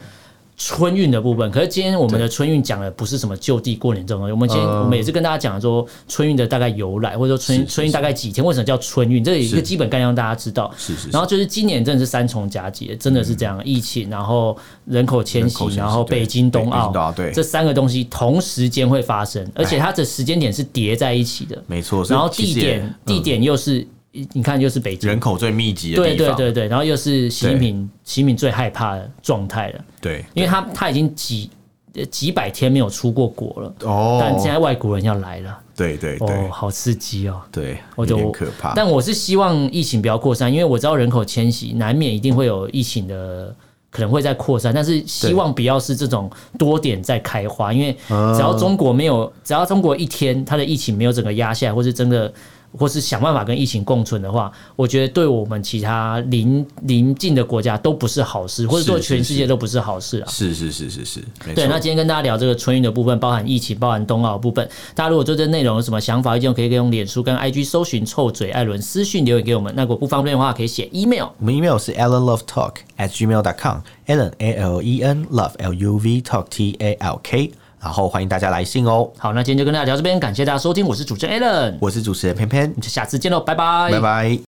B: 春运的部分，可是今天我们的春运讲的不是什么就地过年这种东西，我们今天
A: 嗯
B: 我们也是跟大家讲说春运的大概由来，或者说春
A: 是是
B: 春运大概几天，为什么叫春运，这有一个基本概念让大家知道。
A: 是是是嗯
B: 然后就是今年真的是三重夹击，真的是这样，疫情，然后人口迁
A: 人口迁，
B: 徙
A: 徙
B: 然后
A: 对
B: 北京冬
A: 北京
B: 奥
A: 冬奥，对嗯
B: 这三个东西同时间会发生，而且它的时间点是叠在一起的，
A: 没错所以
B: 然后
A: 其
B: 地
A: 实也嗯
B: 点地点又是你看又是北京
A: 人，口最密集的
B: 对
A: 地
B: 对
A: 方，
B: 对对，然后又是习
A: 对
B: 近平，习近平最害怕的状态了，
A: 对
B: 因为他他已经几呃几百天没有出过国了，
A: 哦，
B: 但现在外国人要来了，
A: 对对
B: 哦，
A: 对
B: 好刺激哦。
A: 对，
B: 我
A: 有
B: 就
A: 点可怕，
B: 但我是希望疫情不要扩散，因为我知道人口迁徙难免一定会有疫情的。可能会再扩散，但是希望不要是这种多点在开花，因为
A: 啊
B: 只要中国没有，只要中国一天它的疫情没有整个压下来，或是真的，或是想办法跟疫情共存的话，我觉得对我们其他邻邻近的国家都不是好事，或者说
A: 是是
B: 全世界
A: 是
B: 都不是好事啊。
A: 是是是是是，没
B: 对，那
A: 错，
B: 今天跟大家聊这个春运的部分，包含疫情，包含冬奥的部分。大家如果对这内容有什么想法、意见，可以用脸书跟 IG 搜寻“臭嘴艾伦”私讯留言给我们。那如果不方便的话，可以写 email。
A: 我们 email 是 allenlovetalk at gmail dot com，allen a l e n love l u v talk t a l k，然后欢迎大家来信哦，
B: 好，那今天就跟大家聊这边，感谢大家收听，我是主持人 Allen，我们
A: 我是主持人偏偏，
B: 下次见喽，拜拜，
A: 拜。拜。